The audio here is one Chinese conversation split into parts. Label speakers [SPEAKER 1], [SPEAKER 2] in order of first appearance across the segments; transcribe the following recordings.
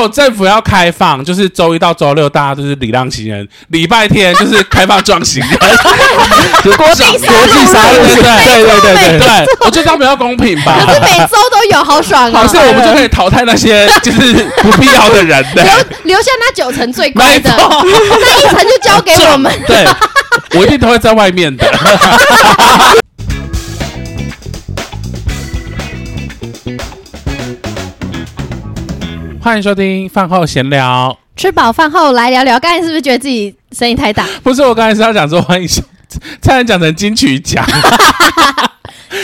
[SPEAKER 1] 有政府要开放，就是周一到周六大家就是礼让行人，礼拜天就是开放撞行人，
[SPEAKER 2] 就
[SPEAKER 3] 国际杀戮
[SPEAKER 2] 国际杀
[SPEAKER 1] 对对
[SPEAKER 2] 戮日，对对对对
[SPEAKER 1] 对，我觉得这样比较公平 吧。
[SPEAKER 3] 可是每周都有，好爽啊！
[SPEAKER 1] 好像我们就可以淘汰那些就是不必要的人呢。
[SPEAKER 3] 留下那九成最
[SPEAKER 1] 没
[SPEAKER 3] 贵的，
[SPEAKER 1] 错，
[SPEAKER 3] 那一层就交给 我们。
[SPEAKER 1] 对，我一定都会在外面的。 欢迎收听饭后闲聊，
[SPEAKER 3] 吃饱饭后来聊聊，刚才是不是觉得自己声音太大？
[SPEAKER 1] 不是我刚才是要讲说欢迎 收，差点讲成金曲 奖。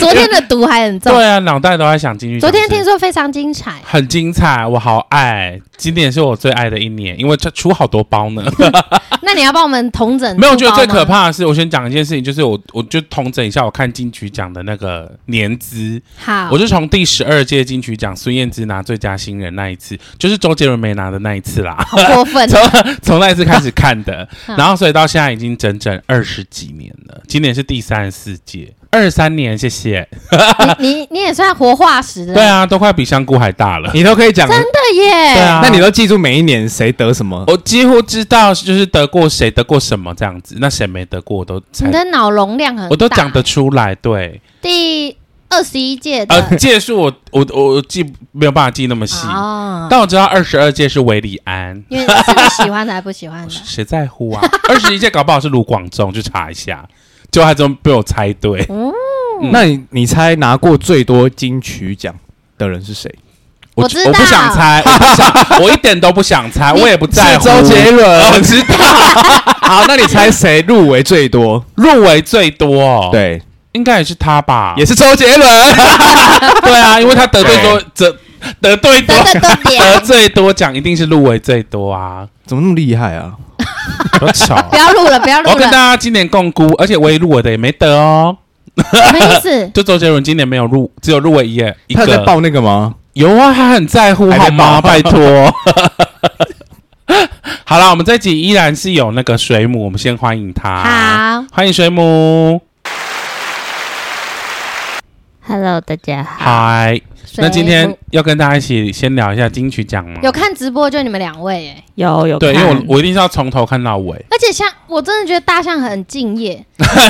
[SPEAKER 3] 昨天的毒还很重。
[SPEAKER 1] 对啊，脑袋都在想金曲奖。
[SPEAKER 3] 昨天听
[SPEAKER 1] 是
[SPEAKER 3] 说非常精彩，
[SPEAKER 1] 很精彩，我好爱，今年是我最爱的一年，因为它出好多包 呢。
[SPEAKER 3] 嗯那你要帮我们同整？
[SPEAKER 1] 没有，我觉得最可。怕的是，我先讲一件事情，就是我我就统整一下我看金曲奖的那个年资，
[SPEAKER 3] 好，
[SPEAKER 1] 我就从第十二届金曲奖孙燕姿拿最佳新人那一次，就是周杰伦没拿的那一 次啦，
[SPEAKER 3] 好 过分。
[SPEAKER 1] 从从那一次开始看的，
[SPEAKER 3] 嗯
[SPEAKER 1] 然后所以到现在已经整整二十几年了，今年是第三十四届，二三年，谢谢。
[SPEAKER 3] 你你你也算活化石了。
[SPEAKER 1] 对，啊，都快比香菇还大 了。
[SPEAKER 2] 你都可以讲，
[SPEAKER 3] 真的耶。
[SPEAKER 1] 对啊，
[SPEAKER 2] 那你都记住每一年谁得什么，
[SPEAKER 1] 我几乎知道就是得过谁得过什么这样子，那谁没得过我都猜
[SPEAKER 3] 你，的脑容量很大。
[SPEAKER 1] 我都讲得出来，对。
[SPEAKER 3] 第二十一届的
[SPEAKER 1] 呃，届数我我我我记没有办法记那么细，
[SPEAKER 3] 哦，
[SPEAKER 1] 但我知道二十二届是韦礼安，。
[SPEAKER 3] 因为是你喜欢的还不喜欢 的
[SPEAKER 1] 谁在乎 啊？二十一届搞不好是卢广仲，去查一下，结果还真被我猜对。嗯
[SPEAKER 2] 那你你猜拿过最多金曲奖的人是谁？
[SPEAKER 1] 我
[SPEAKER 3] 我知道
[SPEAKER 1] 我不想猜，我不 想，我一点都不想猜，
[SPEAKER 3] 你
[SPEAKER 1] 我也不在乎。
[SPEAKER 2] 伦
[SPEAKER 1] 我知道
[SPEAKER 2] 好，那你猜谁入围最多？
[SPEAKER 1] 入围最多、哦，，
[SPEAKER 2] 对，
[SPEAKER 1] 应该也是他吧？
[SPEAKER 2] 也是周杰伦。
[SPEAKER 1] 对啊，因为他得最多，得得最多
[SPEAKER 3] 得，得得
[SPEAKER 1] 得
[SPEAKER 3] 点，
[SPEAKER 1] 最多奖一定是入围最多啊！
[SPEAKER 2] 怎么那么厉害啊？
[SPEAKER 1] 不要吵，
[SPEAKER 3] 不要录了，不要
[SPEAKER 1] 我
[SPEAKER 3] 录
[SPEAKER 1] 要跟大家
[SPEAKER 3] 了，
[SPEAKER 1] 今年共估，而且唯一入围的也没得哦。
[SPEAKER 3] 什么意思？
[SPEAKER 1] 就周杰伦今年没有入，只有入围一页一
[SPEAKER 2] 他有在
[SPEAKER 1] 个。
[SPEAKER 2] 报那个吗？
[SPEAKER 1] 有啊，他很在乎
[SPEAKER 2] 还
[SPEAKER 1] 好
[SPEAKER 2] 在
[SPEAKER 1] 吗？
[SPEAKER 2] 报
[SPEAKER 1] 拜托。 好啦，我们这集依然是有那个水母，我们先欢迎他。
[SPEAKER 3] 好
[SPEAKER 1] 欢迎水母，
[SPEAKER 3] ，Hello，大家好。
[SPEAKER 1] 嗨！
[SPEAKER 3] 水
[SPEAKER 1] 那今天嗯要跟大家一起先聊一下金曲奖吗？
[SPEAKER 3] 有看直播就你们两位哎，
[SPEAKER 4] 有有
[SPEAKER 1] 对，因
[SPEAKER 4] 看
[SPEAKER 1] 为我我一定是要从头看到 尾，
[SPEAKER 3] 而且像我真的觉得大象很敬业，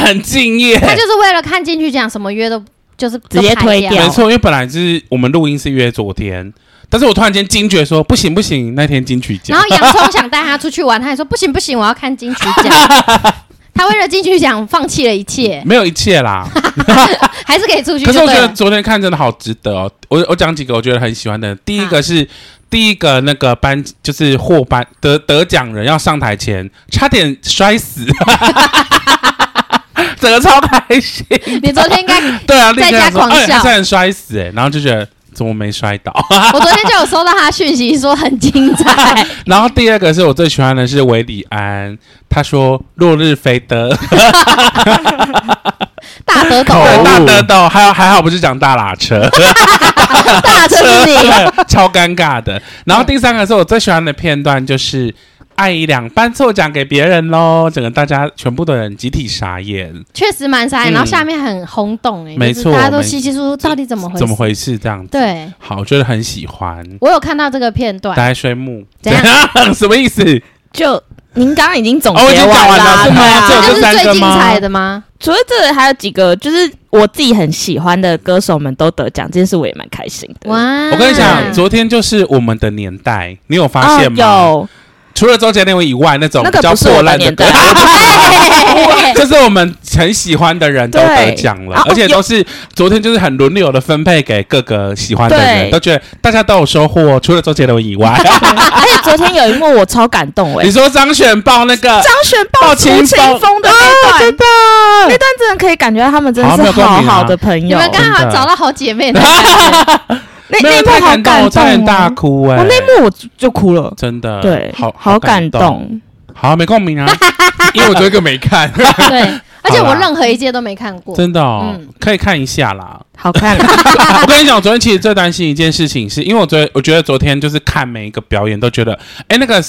[SPEAKER 1] 很敬业。
[SPEAKER 3] 他就是为了看进去讲什么约都就是
[SPEAKER 4] 直接
[SPEAKER 3] 都排
[SPEAKER 4] 推
[SPEAKER 3] 掉
[SPEAKER 4] 掉
[SPEAKER 1] 没错，因为本来就是我们录音是约昨天，但是我突然间惊觉说不行不行，那天金曲奖
[SPEAKER 3] 然后洋葱想带他出去玩，他还说不行不行，我要看金曲 奖。他为了金曲奖放弃了一切，
[SPEAKER 1] 没有一切啦，
[SPEAKER 3] 还是可以出去
[SPEAKER 1] 可
[SPEAKER 3] 就是
[SPEAKER 1] 我觉
[SPEAKER 3] 对
[SPEAKER 1] 得
[SPEAKER 3] 了。
[SPEAKER 1] 昨天看真的好值得哦。我我讲几个我觉得很喜欢的，第一
[SPEAKER 3] 啊
[SPEAKER 1] 个是、第一个那个颁就是获颁得得奖人要上台前差点摔死， 整个超开 心。
[SPEAKER 3] 你昨天 应该，
[SPEAKER 1] 对啊，
[SPEAKER 3] 在家
[SPEAKER 1] 立刻说
[SPEAKER 3] 狂
[SPEAKER 1] 哎
[SPEAKER 3] 笑
[SPEAKER 1] 他差点摔死哎、然后就觉得。怎么没摔倒？
[SPEAKER 3] 我昨天就有收到他讯息说很 精彩，
[SPEAKER 1] 然后第二个是我最喜欢的是韦礼安，他说落日飞得
[SPEAKER 3] 大得斗
[SPEAKER 2] 口
[SPEAKER 1] 对
[SPEAKER 2] 误
[SPEAKER 1] 大得斗，还有还好不是讲大拉车，
[SPEAKER 3] 大车 是你，
[SPEAKER 1] 对，超尴尬的。然后第三个是我最喜欢的片段，就是爱姨两颁错奖给别人喽，整个大家全部的人集体傻眼，
[SPEAKER 3] 确实蛮傻眼。
[SPEAKER 1] 嗯
[SPEAKER 3] 然后下面很轰动哎，
[SPEAKER 1] 没
[SPEAKER 3] 就是
[SPEAKER 1] 错
[SPEAKER 3] 大家都
[SPEAKER 1] 没
[SPEAKER 3] 稀稀疏疏，到底怎么回事？
[SPEAKER 1] 怎么？回事这样子？
[SPEAKER 3] 对
[SPEAKER 1] 好，就是很喜欢。
[SPEAKER 3] 我有看到这个片段，
[SPEAKER 1] 来水母
[SPEAKER 3] 怎样
[SPEAKER 1] 什么意思？
[SPEAKER 4] 就您刚刚已经总
[SPEAKER 1] 哦我已
[SPEAKER 4] 结
[SPEAKER 1] 经讲完
[SPEAKER 4] 啦，
[SPEAKER 1] 了是
[SPEAKER 3] 这
[SPEAKER 4] 对
[SPEAKER 1] 吗
[SPEAKER 4] 啊。
[SPEAKER 3] 就
[SPEAKER 1] 有这
[SPEAKER 3] 是
[SPEAKER 1] 三个
[SPEAKER 3] 最精
[SPEAKER 1] 吗
[SPEAKER 3] 彩的吗？
[SPEAKER 4] 除了这个，还有几个就是我自己很喜欢的歌手们都得奖，这件事我也蛮开心的。
[SPEAKER 3] 哇！
[SPEAKER 1] 我跟你讲，
[SPEAKER 4] 嗯
[SPEAKER 1] 昨天就是我们的年代，你有发
[SPEAKER 4] 哦，
[SPEAKER 1] 现吗？
[SPEAKER 4] 有
[SPEAKER 1] 除了周杰伦以外，那种
[SPEAKER 4] 那
[SPEAKER 1] 比
[SPEAKER 4] 个
[SPEAKER 1] 较
[SPEAKER 4] 不是
[SPEAKER 1] 破
[SPEAKER 4] 我的
[SPEAKER 1] 烂的
[SPEAKER 4] 年
[SPEAKER 1] 歌
[SPEAKER 4] 代，，
[SPEAKER 3] 哎
[SPEAKER 1] 就是我们很喜欢的人都得奖了
[SPEAKER 4] 对，
[SPEAKER 1] 而且
[SPEAKER 4] 啊有
[SPEAKER 1] 都是昨天就是很轮流的分配给各个喜欢的人，
[SPEAKER 4] 对
[SPEAKER 1] 都觉得大家都有收获哦，除了周杰伦以 外。
[SPEAKER 4] 而且昨天有一幕我超感动哎
[SPEAKER 1] 你，说张选报那个
[SPEAKER 4] 张悬抱
[SPEAKER 1] 抱
[SPEAKER 4] 秦
[SPEAKER 1] 秦风啊
[SPEAKER 4] 风的那段，那段真的可以感觉到他们真的
[SPEAKER 1] 好没
[SPEAKER 4] 是
[SPEAKER 1] 有共鸣
[SPEAKER 4] 好
[SPEAKER 1] 啊
[SPEAKER 4] 好的朋
[SPEAKER 3] 你
[SPEAKER 4] 友。
[SPEAKER 3] 们刚好
[SPEAKER 1] 真的
[SPEAKER 3] 找到好姐妹的，
[SPEAKER 4] 那
[SPEAKER 1] 没
[SPEAKER 4] 那
[SPEAKER 1] 有
[SPEAKER 4] 一幕
[SPEAKER 1] 太
[SPEAKER 4] 好
[SPEAKER 1] 感动，我差点
[SPEAKER 4] 动
[SPEAKER 1] 大
[SPEAKER 4] 哦，
[SPEAKER 1] 哭哎、
[SPEAKER 4] 我那一幕我就哭了，
[SPEAKER 1] 真的
[SPEAKER 4] 对，
[SPEAKER 1] 好
[SPEAKER 4] 好
[SPEAKER 1] 感
[SPEAKER 4] 感。动。
[SPEAKER 1] 好没共鸣啊，
[SPEAKER 2] 因为我昨天没看，
[SPEAKER 3] 对，而且
[SPEAKER 1] 好
[SPEAKER 3] 我
[SPEAKER 1] 啦
[SPEAKER 3] 任何一届都没看过。
[SPEAKER 1] 真的哦，
[SPEAKER 3] 嗯
[SPEAKER 1] 可以看一下啦。
[SPEAKER 4] 好看了，
[SPEAKER 1] 我跟你讲，我昨天其实最担心一件事情是，因为我昨天我觉得昨天就是看每一个表演都觉得，哎、那个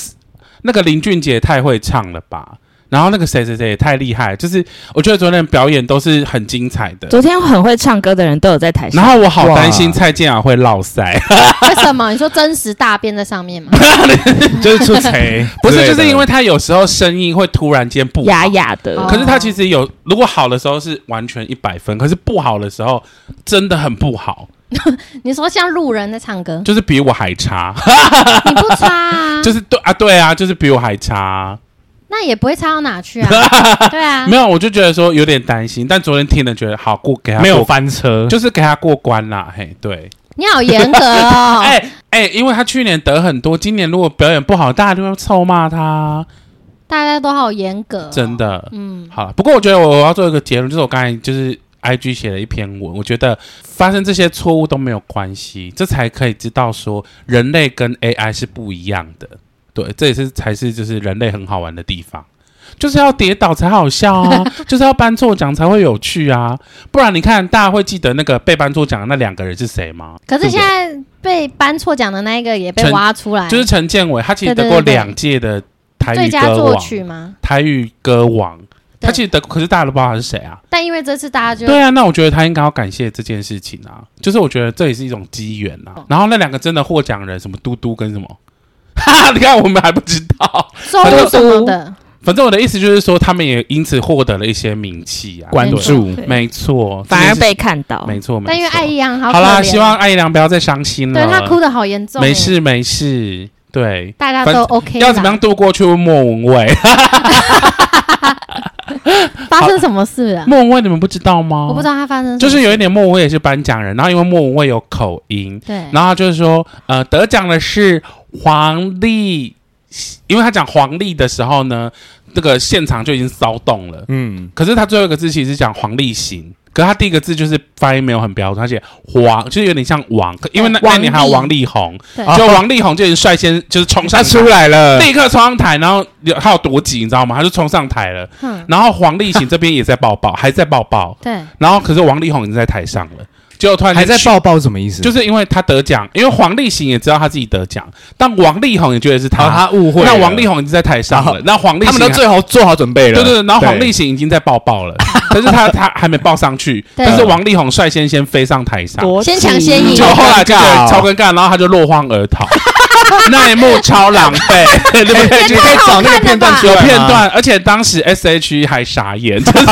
[SPEAKER 1] 那个林俊杰太会唱了吧。然后那个谁谁谁也太厉害，就是我觉得昨天的表演都是很精彩的。
[SPEAKER 4] 昨天很会唱歌的人都有在台
[SPEAKER 1] 然
[SPEAKER 4] 上，
[SPEAKER 1] 后我好担心
[SPEAKER 2] 哇
[SPEAKER 1] 蔡健雅会落塞，，
[SPEAKER 3] 为什么？你说真实大便在上面吗？
[SPEAKER 2] 就是出 贼
[SPEAKER 1] 不是就是因为她有时候声音会突然间不好
[SPEAKER 4] 哑哑的，
[SPEAKER 3] 哦
[SPEAKER 1] 可是他其实有，如果好的时候是完全一百分，可是不好的时候真的很不好，
[SPEAKER 3] 你说像路人在 唱歌，
[SPEAKER 1] 就是比我还差，
[SPEAKER 3] 你不差啊，
[SPEAKER 1] 就是对啊，对啊，就是比我还差、
[SPEAKER 3] 那也不会差到哪去啊。 对啊
[SPEAKER 1] 没，有，我就觉得说有点担心，但昨天听了觉得好过，给他过
[SPEAKER 2] 没有，翻车，
[SPEAKER 1] 就是给他过关啦。嘿，对，
[SPEAKER 3] 你好严格哦。
[SPEAKER 1] 哎哎、因为他去年得很多，今年如果表演不好，大家就会臭骂
[SPEAKER 3] 哦
[SPEAKER 1] 他，
[SPEAKER 3] 大家都好严格、哦，
[SPEAKER 1] 真。的。
[SPEAKER 3] 嗯，
[SPEAKER 1] 好了，不过我觉得我我要做一个结论，就是我刚才就是。I G 写了一篇文，我觉得发生这些错误都没有关系，这才可以知道说人类跟 A I 是不一样的。对，这也是才是就是人类很好玩的地方，就是要跌倒才好笑啊， 就是要颁错奖才会有趣啊，不然你看大家会记得那个被颁错奖的那两个人是谁吗？
[SPEAKER 3] 可
[SPEAKER 1] 对
[SPEAKER 3] 是
[SPEAKER 1] 不
[SPEAKER 3] 现
[SPEAKER 1] 对
[SPEAKER 3] 在被颁错奖的那一个也被
[SPEAKER 1] 陈
[SPEAKER 3] 挖出来，
[SPEAKER 1] 就是陈建伟，他其实得过
[SPEAKER 3] 哎对对对对
[SPEAKER 1] 两届的台
[SPEAKER 3] 最
[SPEAKER 1] 语
[SPEAKER 3] 佳
[SPEAKER 1] 歌
[SPEAKER 3] 作
[SPEAKER 1] 王，
[SPEAKER 3] 曲吗？
[SPEAKER 1] 台语歌王，他
[SPEAKER 3] 对
[SPEAKER 1] 其实得过，可是大家都不知道他是谁啊。
[SPEAKER 3] 但因为这次大家就
[SPEAKER 1] 对啊，那我觉得他应该要感谢这件事情啊，就是我觉得这也是一种机缘
[SPEAKER 3] 哦
[SPEAKER 1] 啊。然后那两个真的获奖人，什么嘟嘟跟什么， 哈哈，你看我们还不知道。
[SPEAKER 3] 收入什么的，
[SPEAKER 1] 反正我的意思就是说，他们也因此获得了一些名气啊，
[SPEAKER 2] 关注
[SPEAKER 1] 对。没错，
[SPEAKER 4] 反而
[SPEAKER 1] 这件
[SPEAKER 4] 被看
[SPEAKER 1] 事
[SPEAKER 4] 到。
[SPEAKER 1] 没错，没错。
[SPEAKER 3] 但因为艾怡阳好
[SPEAKER 1] 好啦，
[SPEAKER 3] 可怜
[SPEAKER 1] 希望艾怡良不要再伤心了。
[SPEAKER 3] 对他哭的好严重，
[SPEAKER 1] 没，事没事，对，
[SPEAKER 3] 大家都 OK 啦。
[SPEAKER 1] 要怎么样度过去？莫文 蔚，
[SPEAKER 3] 发生什么事了？
[SPEAKER 1] 莫文蔚你们不知道吗？
[SPEAKER 3] 我不知
[SPEAKER 1] 道，
[SPEAKER 3] 道他发生什
[SPEAKER 1] 哦就
[SPEAKER 3] 么事，
[SPEAKER 1] 是有一年莫文蔚也是颁奖人，然后因为莫文蔚有口音，
[SPEAKER 2] 哎
[SPEAKER 3] 对，
[SPEAKER 1] 然后他就是说，呃，得奖的是黄历，因为他讲黄历的时候呢，这个现场就已经骚动了。
[SPEAKER 2] 嗯，
[SPEAKER 1] 可是他最后一个字其实是讲黄历行，可是他第一个字就是发音没有很标准，他写黄，就是有点像王，可因为那
[SPEAKER 4] 王
[SPEAKER 1] 那年还有
[SPEAKER 4] 力
[SPEAKER 1] 王力宏，
[SPEAKER 3] 对
[SPEAKER 1] 就王力宏就已经率先就是冲上
[SPEAKER 2] 他
[SPEAKER 1] 台
[SPEAKER 2] 出。来了，
[SPEAKER 1] 立刻冲上台，然后有他有多急，你知道吗？他就冲上台了，
[SPEAKER 3] 哼，
[SPEAKER 1] 然后黄立行这边也在抱抱，还在抱抱，
[SPEAKER 3] 对，
[SPEAKER 1] 然后可是王力宏已经在台上了，结果突然间
[SPEAKER 2] 还在
[SPEAKER 1] 去
[SPEAKER 2] 抱抱，什么意思？
[SPEAKER 1] 就是是因为他得奖，因为黄立行也知道他自己得奖，但王力宏也觉得是他，
[SPEAKER 2] 啊，他误会了，啊
[SPEAKER 1] 那王力宏已经在台上了，那黄立
[SPEAKER 2] 他
[SPEAKER 1] 行
[SPEAKER 2] 们都最好做好准备了，
[SPEAKER 1] 对对对，然后黄立
[SPEAKER 2] 对
[SPEAKER 1] 行已经在抱抱了，可是他他还没抱上 去，
[SPEAKER 3] 对
[SPEAKER 1] 但是王力宏率先先飞上台上，
[SPEAKER 4] 多
[SPEAKER 3] 先抢先赢
[SPEAKER 1] 就后来就觉
[SPEAKER 2] 好尴尬
[SPEAKER 1] 得
[SPEAKER 2] 哦
[SPEAKER 1] 超尴尬，然后他就落荒而逃， 那一幕超狼狈， 对不对？
[SPEAKER 2] 你可以找那个片段出来
[SPEAKER 1] 有
[SPEAKER 2] 吗
[SPEAKER 1] 片，段，而且当时 S H E 还傻眼，就是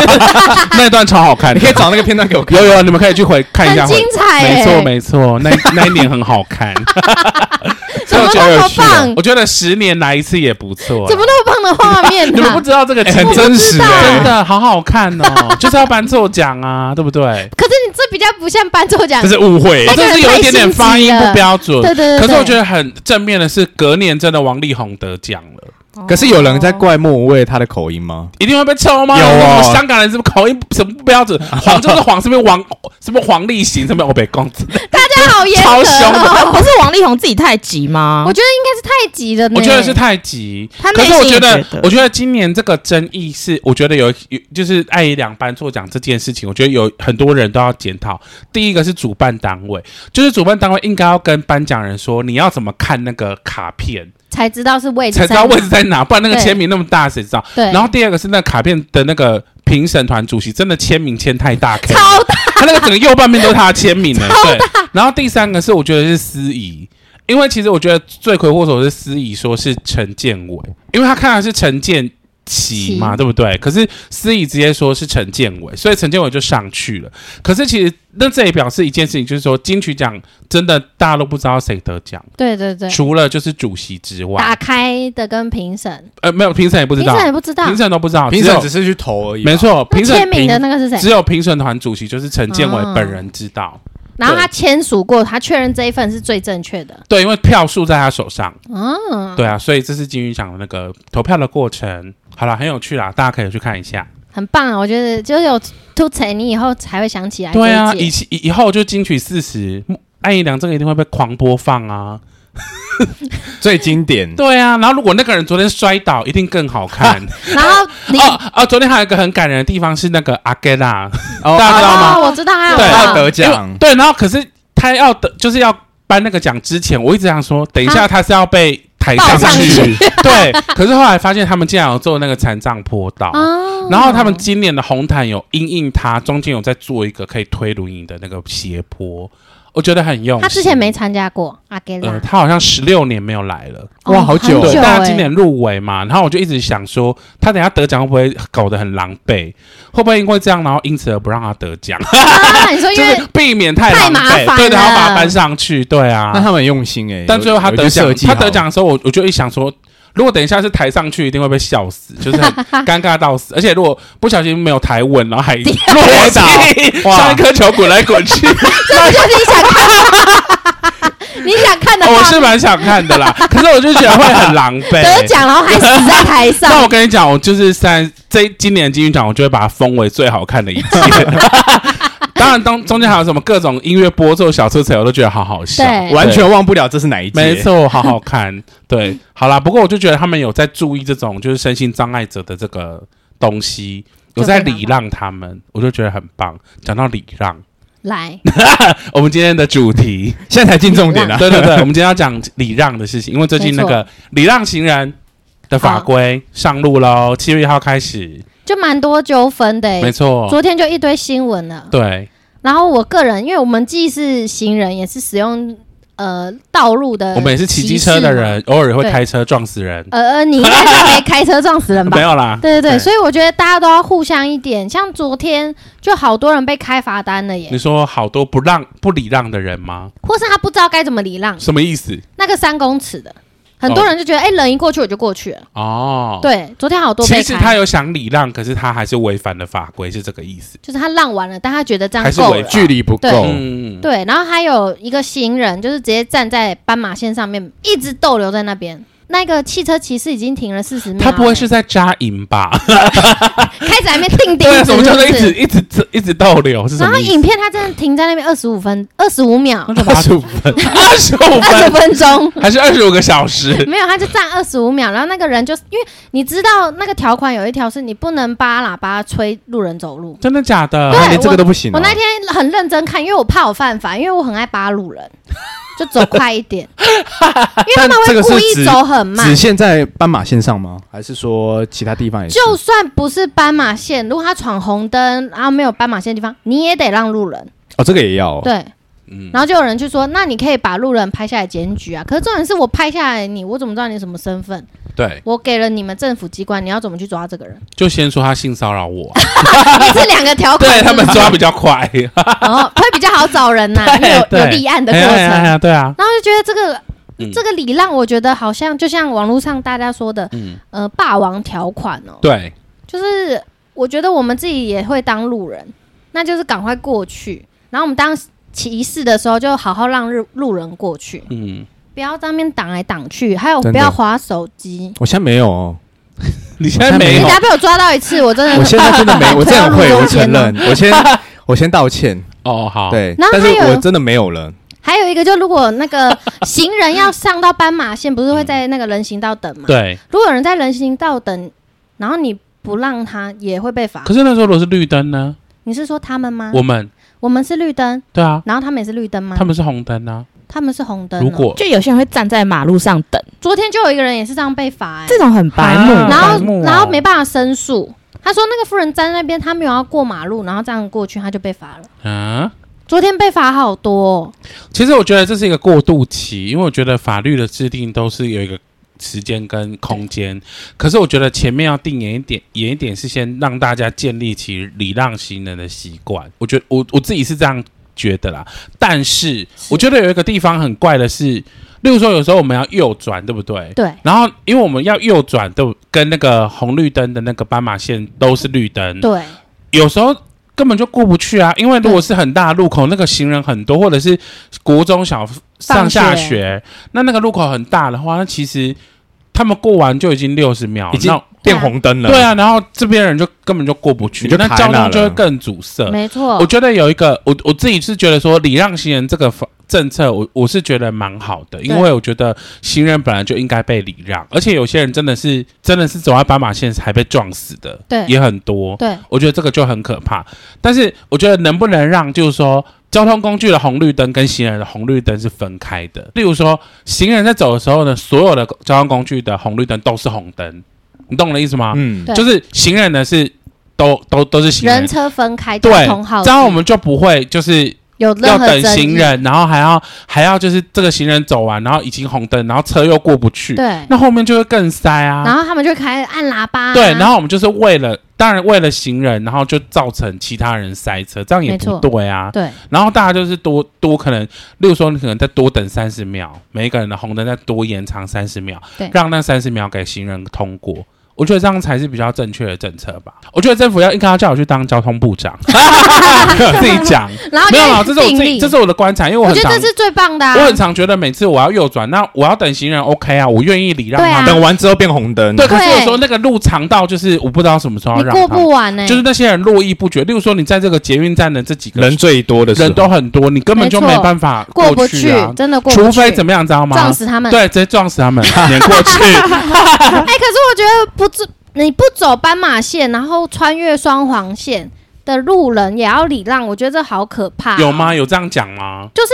[SPEAKER 1] 那一段超好看
[SPEAKER 2] 你
[SPEAKER 1] 的
[SPEAKER 2] 可以。找那个片段给我看
[SPEAKER 1] 有。有，你们可以去回看一下
[SPEAKER 3] 很
[SPEAKER 1] 回
[SPEAKER 3] 精彩
[SPEAKER 1] 没
[SPEAKER 3] 欸，
[SPEAKER 1] 错没错，那那一年很好看，
[SPEAKER 3] 怎么
[SPEAKER 1] 超级
[SPEAKER 3] 那
[SPEAKER 1] 有
[SPEAKER 3] 么
[SPEAKER 1] 趣啊的
[SPEAKER 3] 棒？
[SPEAKER 1] 我觉得十年来一次也不错。
[SPEAKER 3] 怎么那么棒的画面啊
[SPEAKER 1] 你们不
[SPEAKER 3] 呢？
[SPEAKER 1] 知道这个
[SPEAKER 2] 哎
[SPEAKER 1] 情
[SPEAKER 2] 很
[SPEAKER 1] 节？
[SPEAKER 2] 真实
[SPEAKER 1] 真
[SPEAKER 2] 哎，
[SPEAKER 1] 的好好看哦， 就是要颁错奖啊，对不对？
[SPEAKER 3] 可是你这比较不像颁错奖
[SPEAKER 2] 这，是误会
[SPEAKER 1] 我真的是有一点点发音不标准，
[SPEAKER 3] 对对对。
[SPEAKER 1] 可是我觉
[SPEAKER 3] 得
[SPEAKER 1] 得很正面的是，隔年真的王力宏得奖了，
[SPEAKER 2] 可是有人在怪莫文蔚他的口音吗？
[SPEAKER 1] 一定会被抽吗？
[SPEAKER 2] 有哦
[SPEAKER 1] 我们香港人是不是口音什么不标 准？黄就是黄，是不是王什么黄立行，什么欧哦北公 子？
[SPEAKER 3] 大家好严格
[SPEAKER 1] 超凶
[SPEAKER 3] 哦，
[SPEAKER 4] 不是王力宏自己太急吗
[SPEAKER 3] 我？觉得应该是太急了呢。
[SPEAKER 1] 啊我觉得是太急，
[SPEAKER 4] 他
[SPEAKER 1] 可
[SPEAKER 4] 内
[SPEAKER 1] 是
[SPEAKER 4] 心
[SPEAKER 1] 我
[SPEAKER 4] 也
[SPEAKER 1] 觉得，
[SPEAKER 4] 觉得
[SPEAKER 1] 我觉得今年这个争议是，我觉得有有就是爱一两班做奖这件事情，我觉得有很多人都要检讨。第一个是主办单位，就是主办单位应该要跟颁奖人说，你要怎么看那个卡片，
[SPEAKER 3] 才知道是位置，
[SPEAKER 1] 才知道位置。在哪，不然那个
[SPEAKER 3] 对
[SPEAKER 1] 签名那么大，谁知道？
[SPEAKER 3] 对，
[SPEAKER 1] 然后第二个是那卡片的那个评审团主席真的签名签太大，可以
[SPEAKER 3] 超大，
[SPEAKER 1] 他那个整个右半边都是他的签名 的，对。然后第三个是我觉得是司仪，因为其实我觉得罪魁祸首是司仪，说是陈建伟，因为他看的是陈建奇嘛，
[SPEAKER 3] 奇
[SPEAKER 1] 对不对？可是司仪直接说是陈建伟，所以陈建伟就上去了。可是其实那这也表示一件事情，就是说金曲奖真的大家都不知道谁得奖，
[SPEAKER 3] 对对对，
[SPEAKER 1] 除了就是主席之
[SPEAKER 3] 打
[SPEAKER 1] 外，
[SPEAKER 3] 开的跟评审，
[SPEAKER 1] 呃，没有评审也不知
[SPEAKER 3] 评
[SPEAKER 1] 道
[SPEAKER 3] 审，也不知道，
[SPEAKER 1] 评审都不知道，
[SPEAKER 2] 评
[SPEAKER 1] 只
[SPEAKER 2] 审
[SPEAKER 1] 有
[SPEAKER 2] 只哦是去投而已吧，啊
[SPEAKER 1] 没错，
[SPEAKER 3] 那
[SPEAKER 1] 评审
[SPEAKER 3] 签名的
[SPEAKER 1] 评
[SPEAKER 3] 那个嗯是谁？
[SPEAKER 1] 只有评审团主席就是陈建伟本人知道。
[SPEAKER 3] 然后他签署过，他确认这一份是最正确的。
[SPEAKER 1] 对，因为票数在他手上，
[SPEAKER 3] 嗯，
[SPEAKER 1] 对啊，所以这是金鱼奖的那个投票的过程。好了，很有趣啦，大家可以去看一下。
[SPEAKER 3] 很棒啊！我觉得就是有吐槽，你以后才会想起来这一
[SPEAKER 1] 对
[SPEAKER 3] 届。
[SPEAKER 1] 啊，以前以以后就金曲四十，嗯艾怡良这个一定会被狂播放啊。
[SPEAKER 3] 嗯
[SPEAKER 2] 最经典。
[SPEAKER 1] 对啊，然后如果那个人昨天摔倒，一定更好看。
[SPEAKER 3] 然后 你
[SPEAKER 1] 哦哦，昨天还有一个很感人的地方是那个阿盖 拉，
[SPEAKER 2] 哦
[SPEAKER 1] 大家知道吗
[SPEAKER 3] 哦，我知道啊，
[SPEAKER 1] 对
[SPEAKER 3] 我知
[SPEAKER 2] 他
[SPEAKER 3] 道
[SPEAKER 2] 得
[SPEAKER 1] 因为
[SPEAKER 2] 奖，
[SPEAKER 1] 对，然后可是他要得就是要颁那个奖之前，我一直想说，等一下他是要被。抬
[SPEAKER 3] 啊抱上
[SPEAKER 1] 去
[SPEAKER 3] 去，
[SPEAKER 2] 哦
[SPEAKER 1] 对。可是后来发现他们竟然有做那个残障坡 道，
[SPEAKER 3] 哦
[SPEAKER 1] 然后他们今年的红毯有因应它，中间有在做一个可以推轮椅的那个斜坡，我觉得很用心。
[SPEAKER 3] 他之前没参加过阿给拉
[SPEAKER 1] 呃，，他好像十六年没有来了。
[SPEAKER 3] 哦
[SPEAKER 2] 哇好
[SPEAKER 3] 很
[SPEAKER 2] 久
[SPEAKER 1] 对，
[SPEAKER 3] 久
[SPEAKER 1] 但他今
[SPEAKER 3] 欸
[SPEAKER 1] 年入围嘛，然后我就一直想说，他等下得奖会不会搞得很狼狈？会不会因为这样，然后因此而不让他得奖，
[SPEAKER 3] 啊，你说 因
[SPEAKER 1] 就
[SPEAKER 3] 为
[SPEAKER 1] 是避免太
[SPEAKER 3] 太
[SPEAKER 1] 狼
[SPEAKER 3] 麻
[SPEAKER 1] 狈
[SPEAKER 3] 烦
[SPEAKER 1] 对，然后把
[SPEAKER 3] 了
[SPEAKER 1] 它搬上去，对啊。
[SPEAKER 2] 那他们很用心哎，
[SPEAKER 1] 但最后他
[SPEAKER 2] 有
[SPEAKER 1] 得
[SPEAKER 2] 有
[SPEAKER 1] 奖，
[SPEAKER 2] 去设计
[SPEAKER 1] 他
[SPEAKER 2] 好
[SPEAKER 1] 得奖的时候，我我就一想说，如果等一下是抬上去，一定会被笑死，就是 很尴尬到死。而且如果不小心没有抬稳，然后还 落地，
[SPEAKER 2] 哇
[SPEAKER 1] 像一颗球滚来滚去，
[SPEAKER 3] 这就是你想看的，你想看的
[SPEAKER 1] 哦我
[SPEAKER 3] 话，
[SPEAKER 1] 是蛮想看的啦。可是我就觉得会很狼 狈。欸
[SPEAKER 3] 得奖然后还死在台
[SPEAKER 1] 那我
[SPEAKER 3] 上，
[SPEAKER 1] 跟你讲，我就是三这今年金曲奖，我就会把它封为最好看的一届。 当然，当中间还有什么各种音乐播奏、小车车，我都觉得好好笑。
[SPEAKER 3] 对
[SPEAKER 2] 完全忘不了这是哪一届，
[SPEAKER 1] 没错，好好 看。对，好啦。不过我就觉得他们有在注意这种就是身心障碍者的这个东西，有在礼让他们，我就觉得很棒。讲到礼让，
[SPEAKER 3] 来，
[SPEAKER 1] 我们今天的主 题，
[SPEAKER 2] 现在才进重点啊，
[SPEAKER 1] 对对对，我们今天要讲礼让的事情，因为最近那个礼让行人的法规上路喽，七月一号开始，
[SPEAKER 3] 就蛮多纠纷的欸、
[SPEAKER 1] 没错，
[SPEAKER 3] 昨天就一堆新闻了。
[SPEAKER 1] 对，
[SPEAKER 3] 然后我个人，因为我们既是行人，也是使用呃道路的，
[SPEAKER 1] 我们也是骑机车的。人，偶尔也会开车撞死人，
[SPEAKER 3] 呃呃，你应该是没开车撞死人 吧
[SPEAKER 1] 没？有啦，
[SPEAKER 3] 对对对，
[SPEAKER 1] 对
[SPEAKER 3] 所以我觉得大家都要互相一点。像昨天就好多人被开罚单了
[SPEAKER 1] 你
[SPEAKER 3] 耶，
[SPEAKER 1] 说好多不让不礼让的人吗？
[SPEAKER 3] 或是他不知道该怎么礼让，
[SPEAKER 1] 什么意思？
[SPEAKER 3] 那个三公尺的，很多人就觉得哎、人一过去我就过去了。
[SPEAKER 1] 哦，
[SPEAKER 3] 对，昨天好多
[SPEAKER 1] 其
[SPEAKER 3] 被
[SPEAKER 1] 实他
[SPEAKER 3] 开，
[SPEAKER 1] 有想礼让，可是他还是违反了法规，是这个意思。
[SPEAKER 3] 就是他让完了，但他觉得这
[SPEAKER 1] 还
[SPEAKER 3] 样
[SPEAKER 1] 是
[SPEAKER 3] 够
[SPEAKER 1] 违
[SPEAKER 3] 了
[SPEAKER 1] 法。
[SPEAKER 2] 距离不够
[SPEAKER 3] 对，
[SPEAKER 1] 嗯，
[SPEAKER 3] 对，然后还有一个行人，就是直接站在斑马线上面，一直逗留在那边。那个汽车骑士已经停了四十秒了，
[SPEAKER 1] 他不会是在扎营吧？
[SPEAKER 3] 开始还没定定
[SPEAKER 1] 对啊，
[SPEAKER 3] 是
[SPEAKER 1] 什么
[SPEAKER 3] 不
[SPEAKER 1] 叫做一直
[SPEAKER 3] 是？
[SPEAKER 1] 一直一直逗留是什
[SPEAKER 3] 然
[SPEAKER 1] 么
[SPEAKER 3] 后
[SPEAKER 1] 意思？
[SPEAKER 3] 影片他真的停在那边二十五分二十五秒
[SPEAKER 1] 那，就八十
[SPEAKER 3] 哦
[SPEAKER 1] 五分，二十五
[SPEAKER 3] 二 十
[SPEAKER 1] 分
[SPEAKER 3] 分钟
[SPEAKER 1] 还是二十五个小 时？
[SPEAKER 3] 没有，他就站二十五秒。然后那个人就因为你知道那个条款有一条是你不能扒喇叭催路人走路。
[SPEAKER 1] 真的假的？
[SPEAKER 3] 对
[SPEAKER 2] 啊连这个都不行哦，
[SPEAKER 3] 我那天很认真看，因为我怕我犯法，因为我很爱扒路 人，就走快一点，因为他们
[SPEAKER 2] 但这
[SPEAKER 3] 会
[SPEAKER 2] 个是
[SPEAKER 3] 故意
[SPEAKER 2] 指
[SPEAKER 3] 走很慢
[SPEAKER 2] 只。限在斑马线上吗？还是说其他地方也是？
[SPEAKER 3] 就算不是斑马线，如果他闯红灯，然后没有斑马线的地方，你也得让路人。
[SPEAKER 2] 哦，这个也要哦，
[SPEAKER 3] 对，
[SPEAKER 1] 嗯，
[SPEAKER 3] 然后就有人就说，那你可以把路人拍下来检举啊。可是重点是我拍下来你，我怎么知道你什么身份？
[SPEAKER 1] 对，
[SPEAKER 3] 我给了你们政府机关，你要怎么去抓这个人？
[SPEAKER 1] 就先说他性骚扰我，
[SPEAKER 3] 这两个条款
[SPEAKER 1] 对
[SPEAKER 3] 是不
[SPEAKER 1] 他
[SPEAKER 3] 是，
[SPEAKER 1] 们抓比较 快。
[SPEAKER 3] 哦，会比较好找人 呐、因为有
[SPEAKER 1] 对
[SPEAKER 3] 有立案的过
[SPEAKER 1] 哎呀哎呀哎
[SPEAKER 3] 程。
[SPEAKER 1] 呀对啊，
[SPEAKER 3] 然后就觉得这个、
[SPEAKER 1] 嗯
[SPEAKER 3] 这个礼让，我觉得好像就像网络上大家说的，
[SPEAKER 1] 嗯，
[SPEAKER 3] 呃，霸王条款哦，
[SPEAKER 1] 对，
[SPEAKER 3] 就是我觉得我们自己也会当路人，那就是赶快过去。然后我们当骑士的时候，就好好让路路人过去，
[SPEAKER 1] 嗯，
[SPEAKER 3] 不要在那边挡来挡去，还有
[SPEAKER 2] 真的
[SPEAKER 3] 不要划手机。
[SPEAKER 2] 我现在没有哦，
[SPEAKER 1] 你现在没有
[SPEAKER 3] 你等下被我抓到一次，我真的
[SPEAKER 2] 我现在 真的没，我真的
[SPEAKER 3] 推
[SPEAKER 2] 会，
[SPEAKER 3] 到路
[SPEAKER 2] 我
[SPEAKER 3] 中间
[SPEAKER 2] 承
[SPEAKER 3] 了
[SPEAKER 2] 认，我先我先道歉，
[SPEAKER 1] 哦，好，，
[SPEAKER 2] 对，
[SPEAKER 3] 然后
[SPEAKER 2] 但是
[SPEAKER 3] 还有
[SPEAKER 2] 我真的没有了，
[SPEAKER 3] 还有一个，就如果那个行人要上到斑马线，不是会在那个人行道等吗？
[SPEAKER 1] 对。
[SPEAKER 3] 如果有人在人行道等，然后你不让他，也会被罚
[SPEAKER 1] 可。是那时候如果是绿灯呢？
[SPEAKER 3] 你是说他们吗？
[SPEAKER 1] 我们
[SPEAKER 3] 我们是绿灯，
[SPEAKER 1] 对啊，
[SPEAKER 3] 然后他们也是绿灯吗？
[SPEAKER 1] 他们是红灯啊。
[SPEAKER 3] 他们是红灯哦。
[SPEAKER 1] 如果
[SPEAKER 4] 就有些人会站在马路上等，
[SPEAKER 3] 昨天就有一个人也是这样被罚、欸，
[SPEAKER 4] 这种很白目。
[SPEAKER 1] 啊
[SPEAKER 3] 然
[SPEAKER 1] 白
[SPEAKER 3] 后
[SPEAKER 1] 目哦
[SPEAKER 3] 然后没办法申诉。他说那个富人站在那边，他没有要过马路，然后这样过去，他就被罚了。
[SPEAKER 1] 嗯，
[SPEAKER 3] 昨天被罚好多哦、
[SPEAKER 1] 其实我觉得这是一个过渡期，因为我觉得法律的制定都是有一个时间跟空间，可是我觉得前面要定严一点，严一点是先让大家建立起礼让行人的习惯。我觉得我我自己是这样觉得啦，但是我觉得有一个地方很怪的是，例如说有时候我们要右转，对不对？
[SPEAKER 3] 对
[SPEAKER 1] 然后，因为我们要右转，对不，跟那个红绿灯的那个斑马线都是绿灯，
[SPEAKER 3] 对，
[SPEAKER 1] 有时候根本就过不去啊，因为如果是很大的路口，那个行人很多，或者是国中小上下
[SPEAKER 3] 放
[SPEAKER 1] 学，那那个路口很大的话，那其实他们过完就已经六十秒，
[SPEAKER 2] 已经
[SPEAKER 1] 那
[SPEAKER 2] 变红灯了，
[SPEAKER 1] 对，啊，然后这边人就根本就过不去，
[SPEAKER 2] 你就
[SPEAKER 1] 那
[SPEAKER 2] 卡在
[SPEAKER 1] 交
[SPEAKER 2] 那
[SPEAKER 1] 通就会
[SPEAKER 2] 了
[SPEAKER 1] 更阻塞。
[SPEAKER 3] 没
[SPEAKER 1] 嗯我
[SPEAKER 3] 错，
[SPEAKER 1] 觉得有一个，我我自己是觉得说礼让行人这个法政策我，我是觉得蛮好的，因为我觉得行人本来就应该被礼让，而且有些人真的是真的是走在斑马线还被撞死的，
[SPEAKER 3] 对
[SPEAKER 1] 也很多。
[SPEAKER 3] 对
[SPEAKER 1] 我觉得这个就很可怕。但是我觉得能不能让，就是说交通工具的红绿灯跟行人的红绿灯是分开的。例如说，行人在走的时候呢，所有的交通工具的红绿灯都是红灯，你懂我的意思吗？
[SPEAKER 2] 嗯
[SPEAKER 3] 对
[SPEAKER 1] 就是行人呢是都都都是行人
[SPEAKER 3] 人，车分开，交
[SPEAKER 1] 对，
[SPEAKER 3] 通号
[SPEAKER 1] 这样我
[SPEAKER 3] 志
[SPEAKER 1] 们就不会就是
[SPEAKER 3] 有
[SPEAKER 1] 要
[SPEAKER 3] 任何
[SPEAKER 1] 等
[SPEAKER 3] 争
[SPEAKER 1] 行
[SPEAKER 3] 议，
[SPEAKER 1] 人，然后还要还要就是这个行人走完，然后已经红灯，然后车又过不去，
[SPEAKER 3] 对，
[SPEAKER 1] 那后面就会更塞啊。
[SPEAKER 3] 然后他们就开始按喇叭啊，
[SPEAKER 1] 对，然后我们就是为了，当然为了行人，然后就造成其他人塞车，这样也
[SPEAKER 3] 没
[SPEAKER 1] 不
[SPEAKER 3] 错
[SPEAKER 1] 对啊。
[SPEAKER 3] 对
[SPEAKER 1] 然后大家就是多多可能，例如说你可能再多等三十秒，每一个人的红灯再多延长三十秒
[SPEAKER 3] 对，
[SPEAKER 1] 让那三十秒给行人通过。我觉得这样才是比较正确的政策吧。我觉得政府要应该要叫我去当交通部 长，自己讲
[SPEAKER 3] 然后
[SPEAKER 1] 没有
[SPEAKER 3] 就
[SPEAKER 1] 啦，
[SPEAKER 3] 是
[SPEAKER 1] 这是我
[SPEAKER 3] 并
[SPEAKER 1] 自己，
[SPEAKER 3] 立
[SPEAKER 1] 这是我的观察，因为
[SPEAKER 3] 我
[SPEAKER 1] 很
[SPEAKER 3] 觉
[SPEAKER 1] 常
[SPEAKER 3] 得这是最棒的啊，
[SPEAKER 1] 我很常觉得每次我要右转，那我要等行人 OK 啊，我愿意礼让
[SPEAKER 3] 对啊
[SPEAKER 1] 他们。
[SPEAKER 2] 等完之后变红灯，
[SPEAKER 1] 对，可是
[SPEAKER 3] 对
[SPEAKER 1] 有时候那个路长到就是我不知道什么时候要
[SPEAKER 3] 你
[SPEAKER 1] 让
[SPEAKER 3] 过
[SPEAKER 1] 他们
[SPEAKER 3] 不完呢，欸
[SPEAKER 1] 就是那些人络绎不绝。例如说，你在这个捷运站的这几个
[SPEAKER 2] 人最多的时候
[SPEAKER 1] 人都很多，你根本就
[SPEAKER 3] 没
[SPEAKER 1] 没
[SPEAKER 3] 错
[SPEAKER 1] 办法
[SPEAKER 3] 过不
[SPEAKER 1] 去啊，
[SPEAKER 3] 真的过不去，
[SPEAKER 1] 除非怎么样，知道吗
[SPEAKER 3] 撞？死他们。啊
[SPEAKER 1] 对，直接撞死他们，
[SPEAKER 2] 啊
[SPEAKER 1] 碾过去。
[SPEAKER 3] 哎、可是我觉得不走，你不走斑马线，然后穿越双黄线的路人也要礼让，我觉得这好可怕、
[SPEAKER 1] 有？吗？有这样讲吗？
[SPEAKER 3] 就是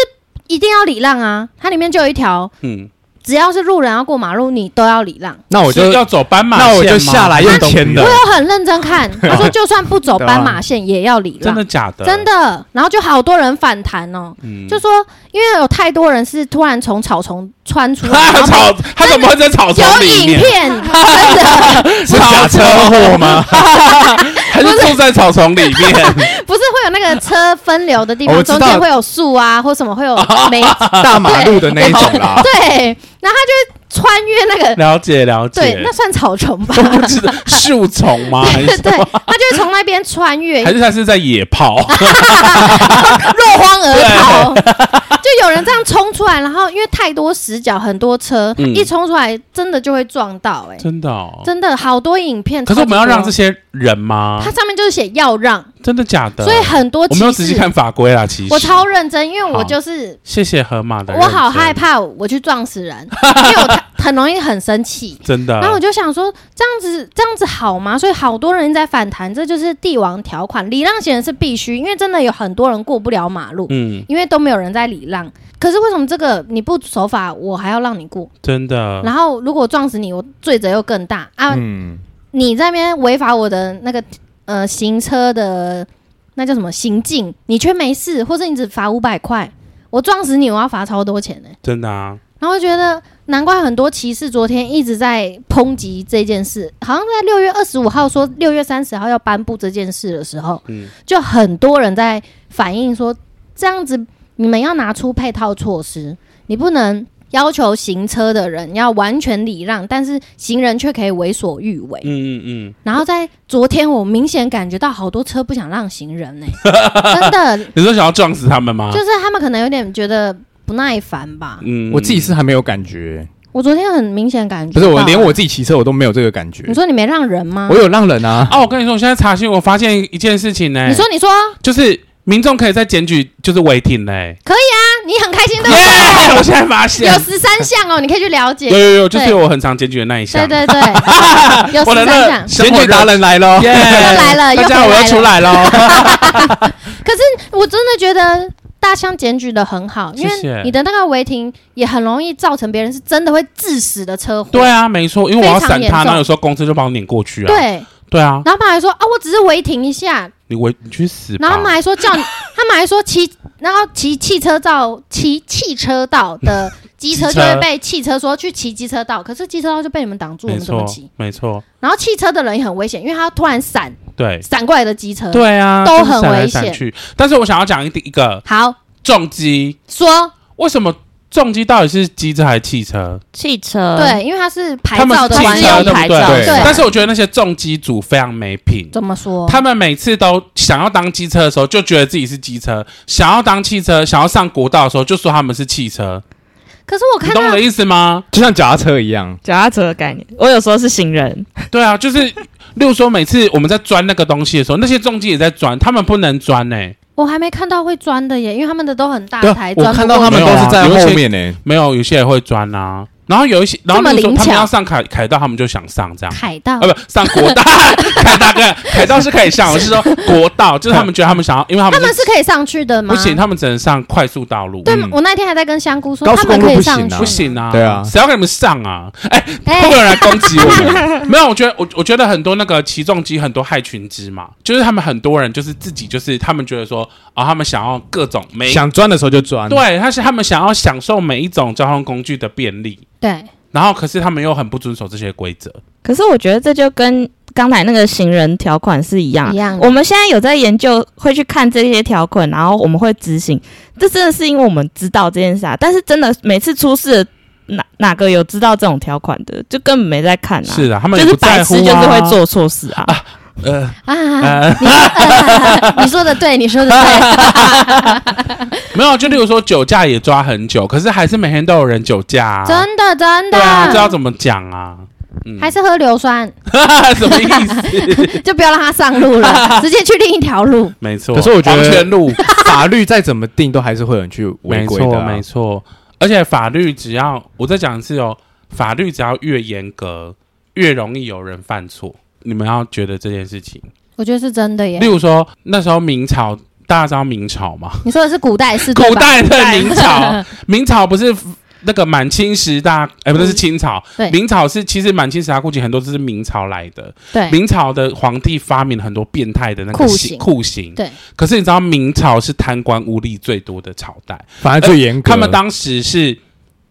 [SPEAKER 3] 一定要礼让啊！它里面就有一条，
[SPEAKER 1] 嗯，
[SPEAKER 3] 只要是路人要过马路，你都要礼让。
[SPEAKER 2] 那我
[SPEAKER 1] 是
[SPEAKER 2] 就
[SPEAKER 1] 要走斑马线吗，
[SPEAKER 2] 那我就下来用钱的
[SPEAKER 3] 我，有很认 真看，他说就算不走
[SPEAKER 2] 对啊
[SPEAKER 3] 斑马线也要礼
[SPEAKER 1] 真
[SPEAKER 3] 让，
[SPEAKER 1] 的假的？
[SPEAKER 3] 真，的。然后就好多人反弹哦，
[SPEAKER 1] 嗯
[SPEAKER 3] 就说因为有太多人是突然从草丛穿出 来，
[SPEAKER 1] 他
[SPEAKER 3] 然后
[SPEAKER 1] 草，他怎么会在草丛
[SPEAKER 3] 有
[SPEAKER 1] 里
[SPEAKER 3] 影
[SPEAKER 1] 面？
[SPEAKER 3] 片，真的。
[SPEAKER 2] 是假车祸吗？
[SPEAKER 1] 还是住在草丛里 面？
[SPEAKER 3] 不是会有那个车分流的地
[SPEAKER 2] 哦我
[SPEAKER 3] 方，
[SPEAKER 2] 知道
[SPEAKER 3] 中间会有树啊，或什么 会有梅子，
[SPEAKER 2] 大马路的那一种啦，
[SPEAKER 3] 对，然后他就会穿越那个，
[SPEAKER 1] 了解了
[SPEAKER 3] 对，
[SPEAKER 1] 解
[SPEAKER 3] 那，算草丛 吧？
[SPEAKER 1] 都不知道树丛吗？还
[SPEAKER 3] 对，
[SPEAKER 1] 是
[SPEAKER 3] 他就会从那边穿越，
[SPEAKER 1] 还是他是在野 炮？
[SPEAKER 3] 落荒而逃。 就有人这样冲出来，然后因为太多死角，很多车、
[SPEAKER 1] 嗯
[SPEAKER 3] 一冲出来，真的就会撞到、哎，
[SPEAKER 1] 真的哦。
[SPEAKER 3] 真的好多影片。
[SPEAKER 1] 可是我啊们要让这
[SPEAKER 3] 些，
[SPEAKER 1] 些人吗
[SPEAKER 3] 它？上面就是写要让，
[SPEAKER 1] 真的假的？
[SPEAKER 3] 所以很多
[SPEAKER 1] 啊我
[SPEAKER 3] 骑
[SPEAKER 1] 没有仔细
[SPEAKER 3] 士，
[SPEAKER 1] 看法规啦，其实
[SPEAKER 3] 我超认真，因为我
[SPEAKER 1] 好
[SPEAKER 3] 就是
[SPEAKER 1] 谢谢河马的，
[SPEAKER 3] 我好害，怕我去撞 死人，因为我太很容易很生气。
[SPEAKER 1] 真的。
[SPEAKER 3] 然后我就想说，这样子这样子好吗？所以好多人在反弹，这就是帝王条款，礼让行人是必须，因为真的有很多人过不了马路，
[SPEAKER 1] 嗯，
[SPEAKER 3] 因为都没有人在礼让。可是为什么这个你不守法，我还要让你过？
[SPEAKER 1] 真的，
[SPEAKER 3] 然后如果撞死你，我罪责又更大啊！
[SPEAKER 2] 嗯，
[SPEAKER 3] 你在那边违法我的那个呃行车的那叫什么行径，你却没事，或者你只罚五百块，我撞死你，我要罚超多钱呢、
[SPEAKER 1] 真的啊，
[SPEAKER 3] 然后觉得难怪很多骑士昨天一直在抨击这件事，好像在六月二十五号说六月三十号要颁布这件事的时候，
[SPEAKER 1] 嗯
[SPEAKER 3] 就很多人在反映说，这样子你们要拿出配套措施，你不能要求行车的人要完全礼让，但是行人却可以为所欲为。
[SPEAKER 1] 嗯嗯
[SPEAKER 3] 然后在昨天，我明显感觉到好多车不想让行人 呢、真的，
[SPEAKER 1] 嗯，你说想要撞死他们吗
[SPEAKER 2] 啊
[SPEAKER 3] 就？是他们可能有点觉得不耐烦吧。
[SPEAKER 1] 嗯
[SPEAKER 2] 我自己是还没有感觉，
[SPEAKER 3] 我昨天很明显感觉
[SPEAKER 2] 不
[SPEAKER 3] 到，
[SPEAKER 2] 是我连我自己骑车我都没有这个感觉
[SPEAKER 3] 啊你，说你没让人吗
[SPEAKER 2] 我？有让人啊，
[SPEAKER 1] 哦，我跟你说，我现在查询，我发现一件事情呢，
[SPEAKER 3] 你说，你说，啊
[SPEAKER 1] 就是民众可以在检举，就是违停嘞，
[SPEAKER 3] 你很开心对不对？
[SPEAKER 1] 耶！我现在发
[SPEAKER 3] 有
[SPEAKER 1] 现，
[SPEAKER 3] 十三项哦，你可以去了解
[SPEAKER 1] 有。有有，就是
[SPEAKER 3] 对
[SPEAKER 1] 我很常检举的那一
[SPEAKER 3] 对
[SPEAKER 1] 项，
[SPEAKER 3] 对对， 有
[SPEAKER 1] 我的
[SPEAKER 3] 十三
[SPEAKER 1] 那
[SPEAKER 3] 项。
[SPEAKER 1] 生
[SPEAKER 2] 选
[SPEAKER 1] 活
[SPEAKER 2] 举达人来啊了，
[SPEAKER 1] 耶，
[SPEAKER 3] 又来了
[SPEAKER 1] 大
[SPEAKER 3] 又
[SPEAKER 1] 家
[SPEAKER 3] 回
[SPEAKER 1] 我
[SPEAKER 3] 来
[SPEAKER 1] 又出来了，
[SPEAKER 3] 我真的觉得大象检举的很好，因
[SPEAKER 1] 谢谢
[SPEAKER 3] 为你的那个违停也很容易造成别人是真的会致死的车祸。
[SPEAKER 1] 对啊，没错，因为我要
[SPEAKER 3] 非常
[SPEAKER 1] 闪
[SPEAKER 3] 严
[SPEAKER 1] 他，
[SPEAKER 3] 重
[SPEAKER 1] 然后有时候公车就把我碾过去啊，
[SPEAKER 3] 对，
[SPEAKER 1] 对啊，
[SPEAKER 3] 然后他们还说啊，我只是违停一下，
[SPEAKER 1] 你违你去死吧，
[SPEAKER 3] 然后他们还说叫你， 他们还说骑，然后骑汽车道，骑汽车道 的机车就会被汽车说去骑机车道，可是机车道就被你们挡住，我
[SPEAKER 1] 没
[SPEAKER 3] 们怎么
[SPEAKER 1] 错
[SPEAKER 3] 骑？
[SPEAKER 1] 没错，
[SPEAKER 3] 然后汽车的人也很危险，因为他突然闪
[SPEAKER 1] 对
[SPEAKER 3] 闪过来的机车。，
[SPEAKER 1] 对啊，
[SPEAKER 3] 呃都
[SPEAKER 1] 就是
[SPEAKER 3] 很
[SPEAKER 1] 闪来
[SPEAKER 3] 危
[SPEAKER 1] 闪
[SPEAKER 3] 险
[SPEAKER 1] 去但是我想要讲一一个
[SPEAKER 3] 好
[SPEAKER 1] 重机，
[SPEAKER 3] 说
[SPEAKER 1] 为什么重机到底是机车还是汽车？
[SPEAKER 4] 汽车，
[SPEAKER 3] 对，因为他是牌
[SPEAKER 1] 呃他们
[SPEAKER 3] 照
[SPEAKER 1] 是
[SPEAKER 3] 的
[SPEAKER 1] 汽
[SPEAKER 3] 关系，
[SPEAKER 1] 车，对不
[SPEAKER 4] 牌照
[SPEAKER 2] 对
[SPEAKER 1] 但是我觉得那些重机组非常没品。
[SPEAKER 3] 怎么说？
[SPEAKER 1] 他们每次都想要当机车的时候，就觉得自己是机车；想要当汽车，想要上国道的时候，就说他们是汽车。
[SPEAKER 3] 可是我
[SPEAKER 1] 你
[SPEAKER 3] 看
[SPEAKER 1] 懂我
[SPEAKER 3] 到
[SPEAKER 1] 的意思吗？
[SPEAKER 2] 就像脚踏车一样，
[SPEAKER 4] 脚踏车的概念。我有时候是行人，
[SPEAKER 1] 对啊，就是，例如说，每次我们在钻那个东西的时候，那些重机也在钻，他们不能钻欸呢、
[SPEAKER 3] 我还没看到会钻的耶，因为他们的都很大
[SPEAKER 2] 对啊
[SPEAKER 3] 台，，
[SPEAKER 2] 我
[SPEAKER 3] 钻不
[SPEAKER 2] 看到
[SPEAKER 3] 过
[SPEAKER 2] 他们
[SPEAKER 1] 没
[SPEAKER 2] 都
[SPEAKER 1] 有啊
[SPEAKER 2] 是在
[SPEAKER 1] 有一些
[SPEAKER 2] 后面呢，
[SPEAKER 1] 没有，有些也会钻啊。然后有一些，然后
[SPEAKER 3] 这么
[SPEAKER 1] 例如说他们
[SPEAKER 3] 灵巧
[SPEAKER 1] 要上凯凯道，他们就想上这样。
[SPEAKER 3] 凯道
[SPEAKER 1] 啊，不上国 道，凯大哥，凯道是可以上，我是说国道，就是他们觉得他们想要，因为他
[SPEAKER 3] 他
[SPEAKER 1] 们
[SPEAKER 3] 们是可以上去的吗？
[SPEAKER 1] 不行，。他们只能上快速道路。
[SPEAKER 3] 对
[SPEAKER 1] 嗯，
[SPEAKER 3] 我那天还在跟香菇说，
[SPEAKER 2] 高
[SPEAKER 3] 他
[SPEAKER 2] 速
[SPEAKER 3] 们
[SPEAKER 2] 公
[SPEAKER 3] 可
[SPEAKER 2] 路
[SPEAKER 3] 以
[SPEAKER 2] 不行
[SPEAKER 3] 上
[SPEAKER 2] 啊
[SPEAKER 3] 去，
[SPEAKER 1] 不行啊，
[SPEAKER 2] 对啊
[SPEAKER 1] 谁要给你们上啊？哎，会
[SPEAKER 3] 哎
[SPEAKER 1] 不会有人 来攻击我们？没有，我觉得我我觉得很多那个起重机很多害群之马，就是他们很多人就是自己就是他们觉得说啊、他们想要各种每
[SPEAKER 2] 想钻的时候就钻，，
[SPEAKER 1] 对，他是他们想要享受每一种交通工具的便利，
[SPEAKER 3] 对，
[SPEAKER 1] 然后可是他们又很不遵守这些规则。
[SPEAKER 4] 可是我觉得这就跟刚才那个行人条款是一样啊
[SPEAKER 3] 一样
[SPEAKER 4] 我们现在有在研究，会去看这些条款，然后我们会执行。这真的是因为我们知道这件事啊。但是真的每次出事，哪哪个有知道这种条款的，就根本没在看啊。
[SPEAKER 1] 是啊，他们
[SPEAKER 4] 就
[SPEAKER 1] 也
[SPEAKER 4] 是
[SPEAKER 1] 不在
[SPEAKER 4] 白
[SPEAKER 1] 乎、
[SPEAKER 4] 痴，
[SPEAKER 1] 啊、
[SPEAKER 4] 就是会。做错事啊。
[SPEAKER 1] 呃，
[SPEAKER 3] 啊，你说呃你说 的对，你说的
[SPEAKER 1] 啊
[SPEAKER 3] 对，
[SPEAKER 1] 没有，就例如说酒驾也抓很久，可是还是每天都有人酒驾、啊。
[SPEAKER 3] 真的真
[SPEAKER 1] 对啊，这要
[SPEAKER 3] 的，
[SPEAKER 1] 怎么讲啊？嗯
[SPEAKER 3] 还是喝硫酸，
[SPEAKER 1] 什么意思？
[SPEAKER 3] 就不要让他上路
[SPEAKER 1] 啊
[SPEAKER 3] 了，直接去另一条路。
[SPEAKER 1] 没错，
[SPEAKER 2] 可是我觉得
[SPEAKER 1] 黄泉路，
[SPEAKER 2] 法律再怎么定，都还是会有人去违
[SPEAKER 1] 没
[SPEAKER 2] 规的
[SPEAKER 1] 错
[SPEAKER 2] 啊、
[SPEAKER 1] 没错，而且法律只要我再讲一次哦，法律只要越严格，越容易有人犯错。你们要觉得这件事情，
[SPEAKER 3] 我觉得是真的耶
[SPEAKER 1] 例。如说那时候明朝，大家知道明朝吗？
[SPEAKER 3] 你说的是古代是对
[SPEAKER 1] 古
[SPEAKER 3] 吧
[SPEAKER 1] 代的明朝， 明朝不是那个满清十大，哎、不是是清朝，
[SPEAKER 3] 对
[SPEAKER 1] 明朝是其实满清十大酷刑很多都是明朝来的，
[SPEAKER 3] 对
[SPEAKER 1] 明朝的皇帝发明了很多变态的那个
[SPEAKER 3] 酷
[SPEAKER 1] 刑
[SPEAKER 3] 刑
[SPEAKER 1] 酷刑，
[SPEAKER 3] 对，
[SPEAKER 1] 可是你知道明朝是贪官污吏最多的朝代，
[SPEAKER 2] 反而最严格。
[SPEAKER 1] 他们当时是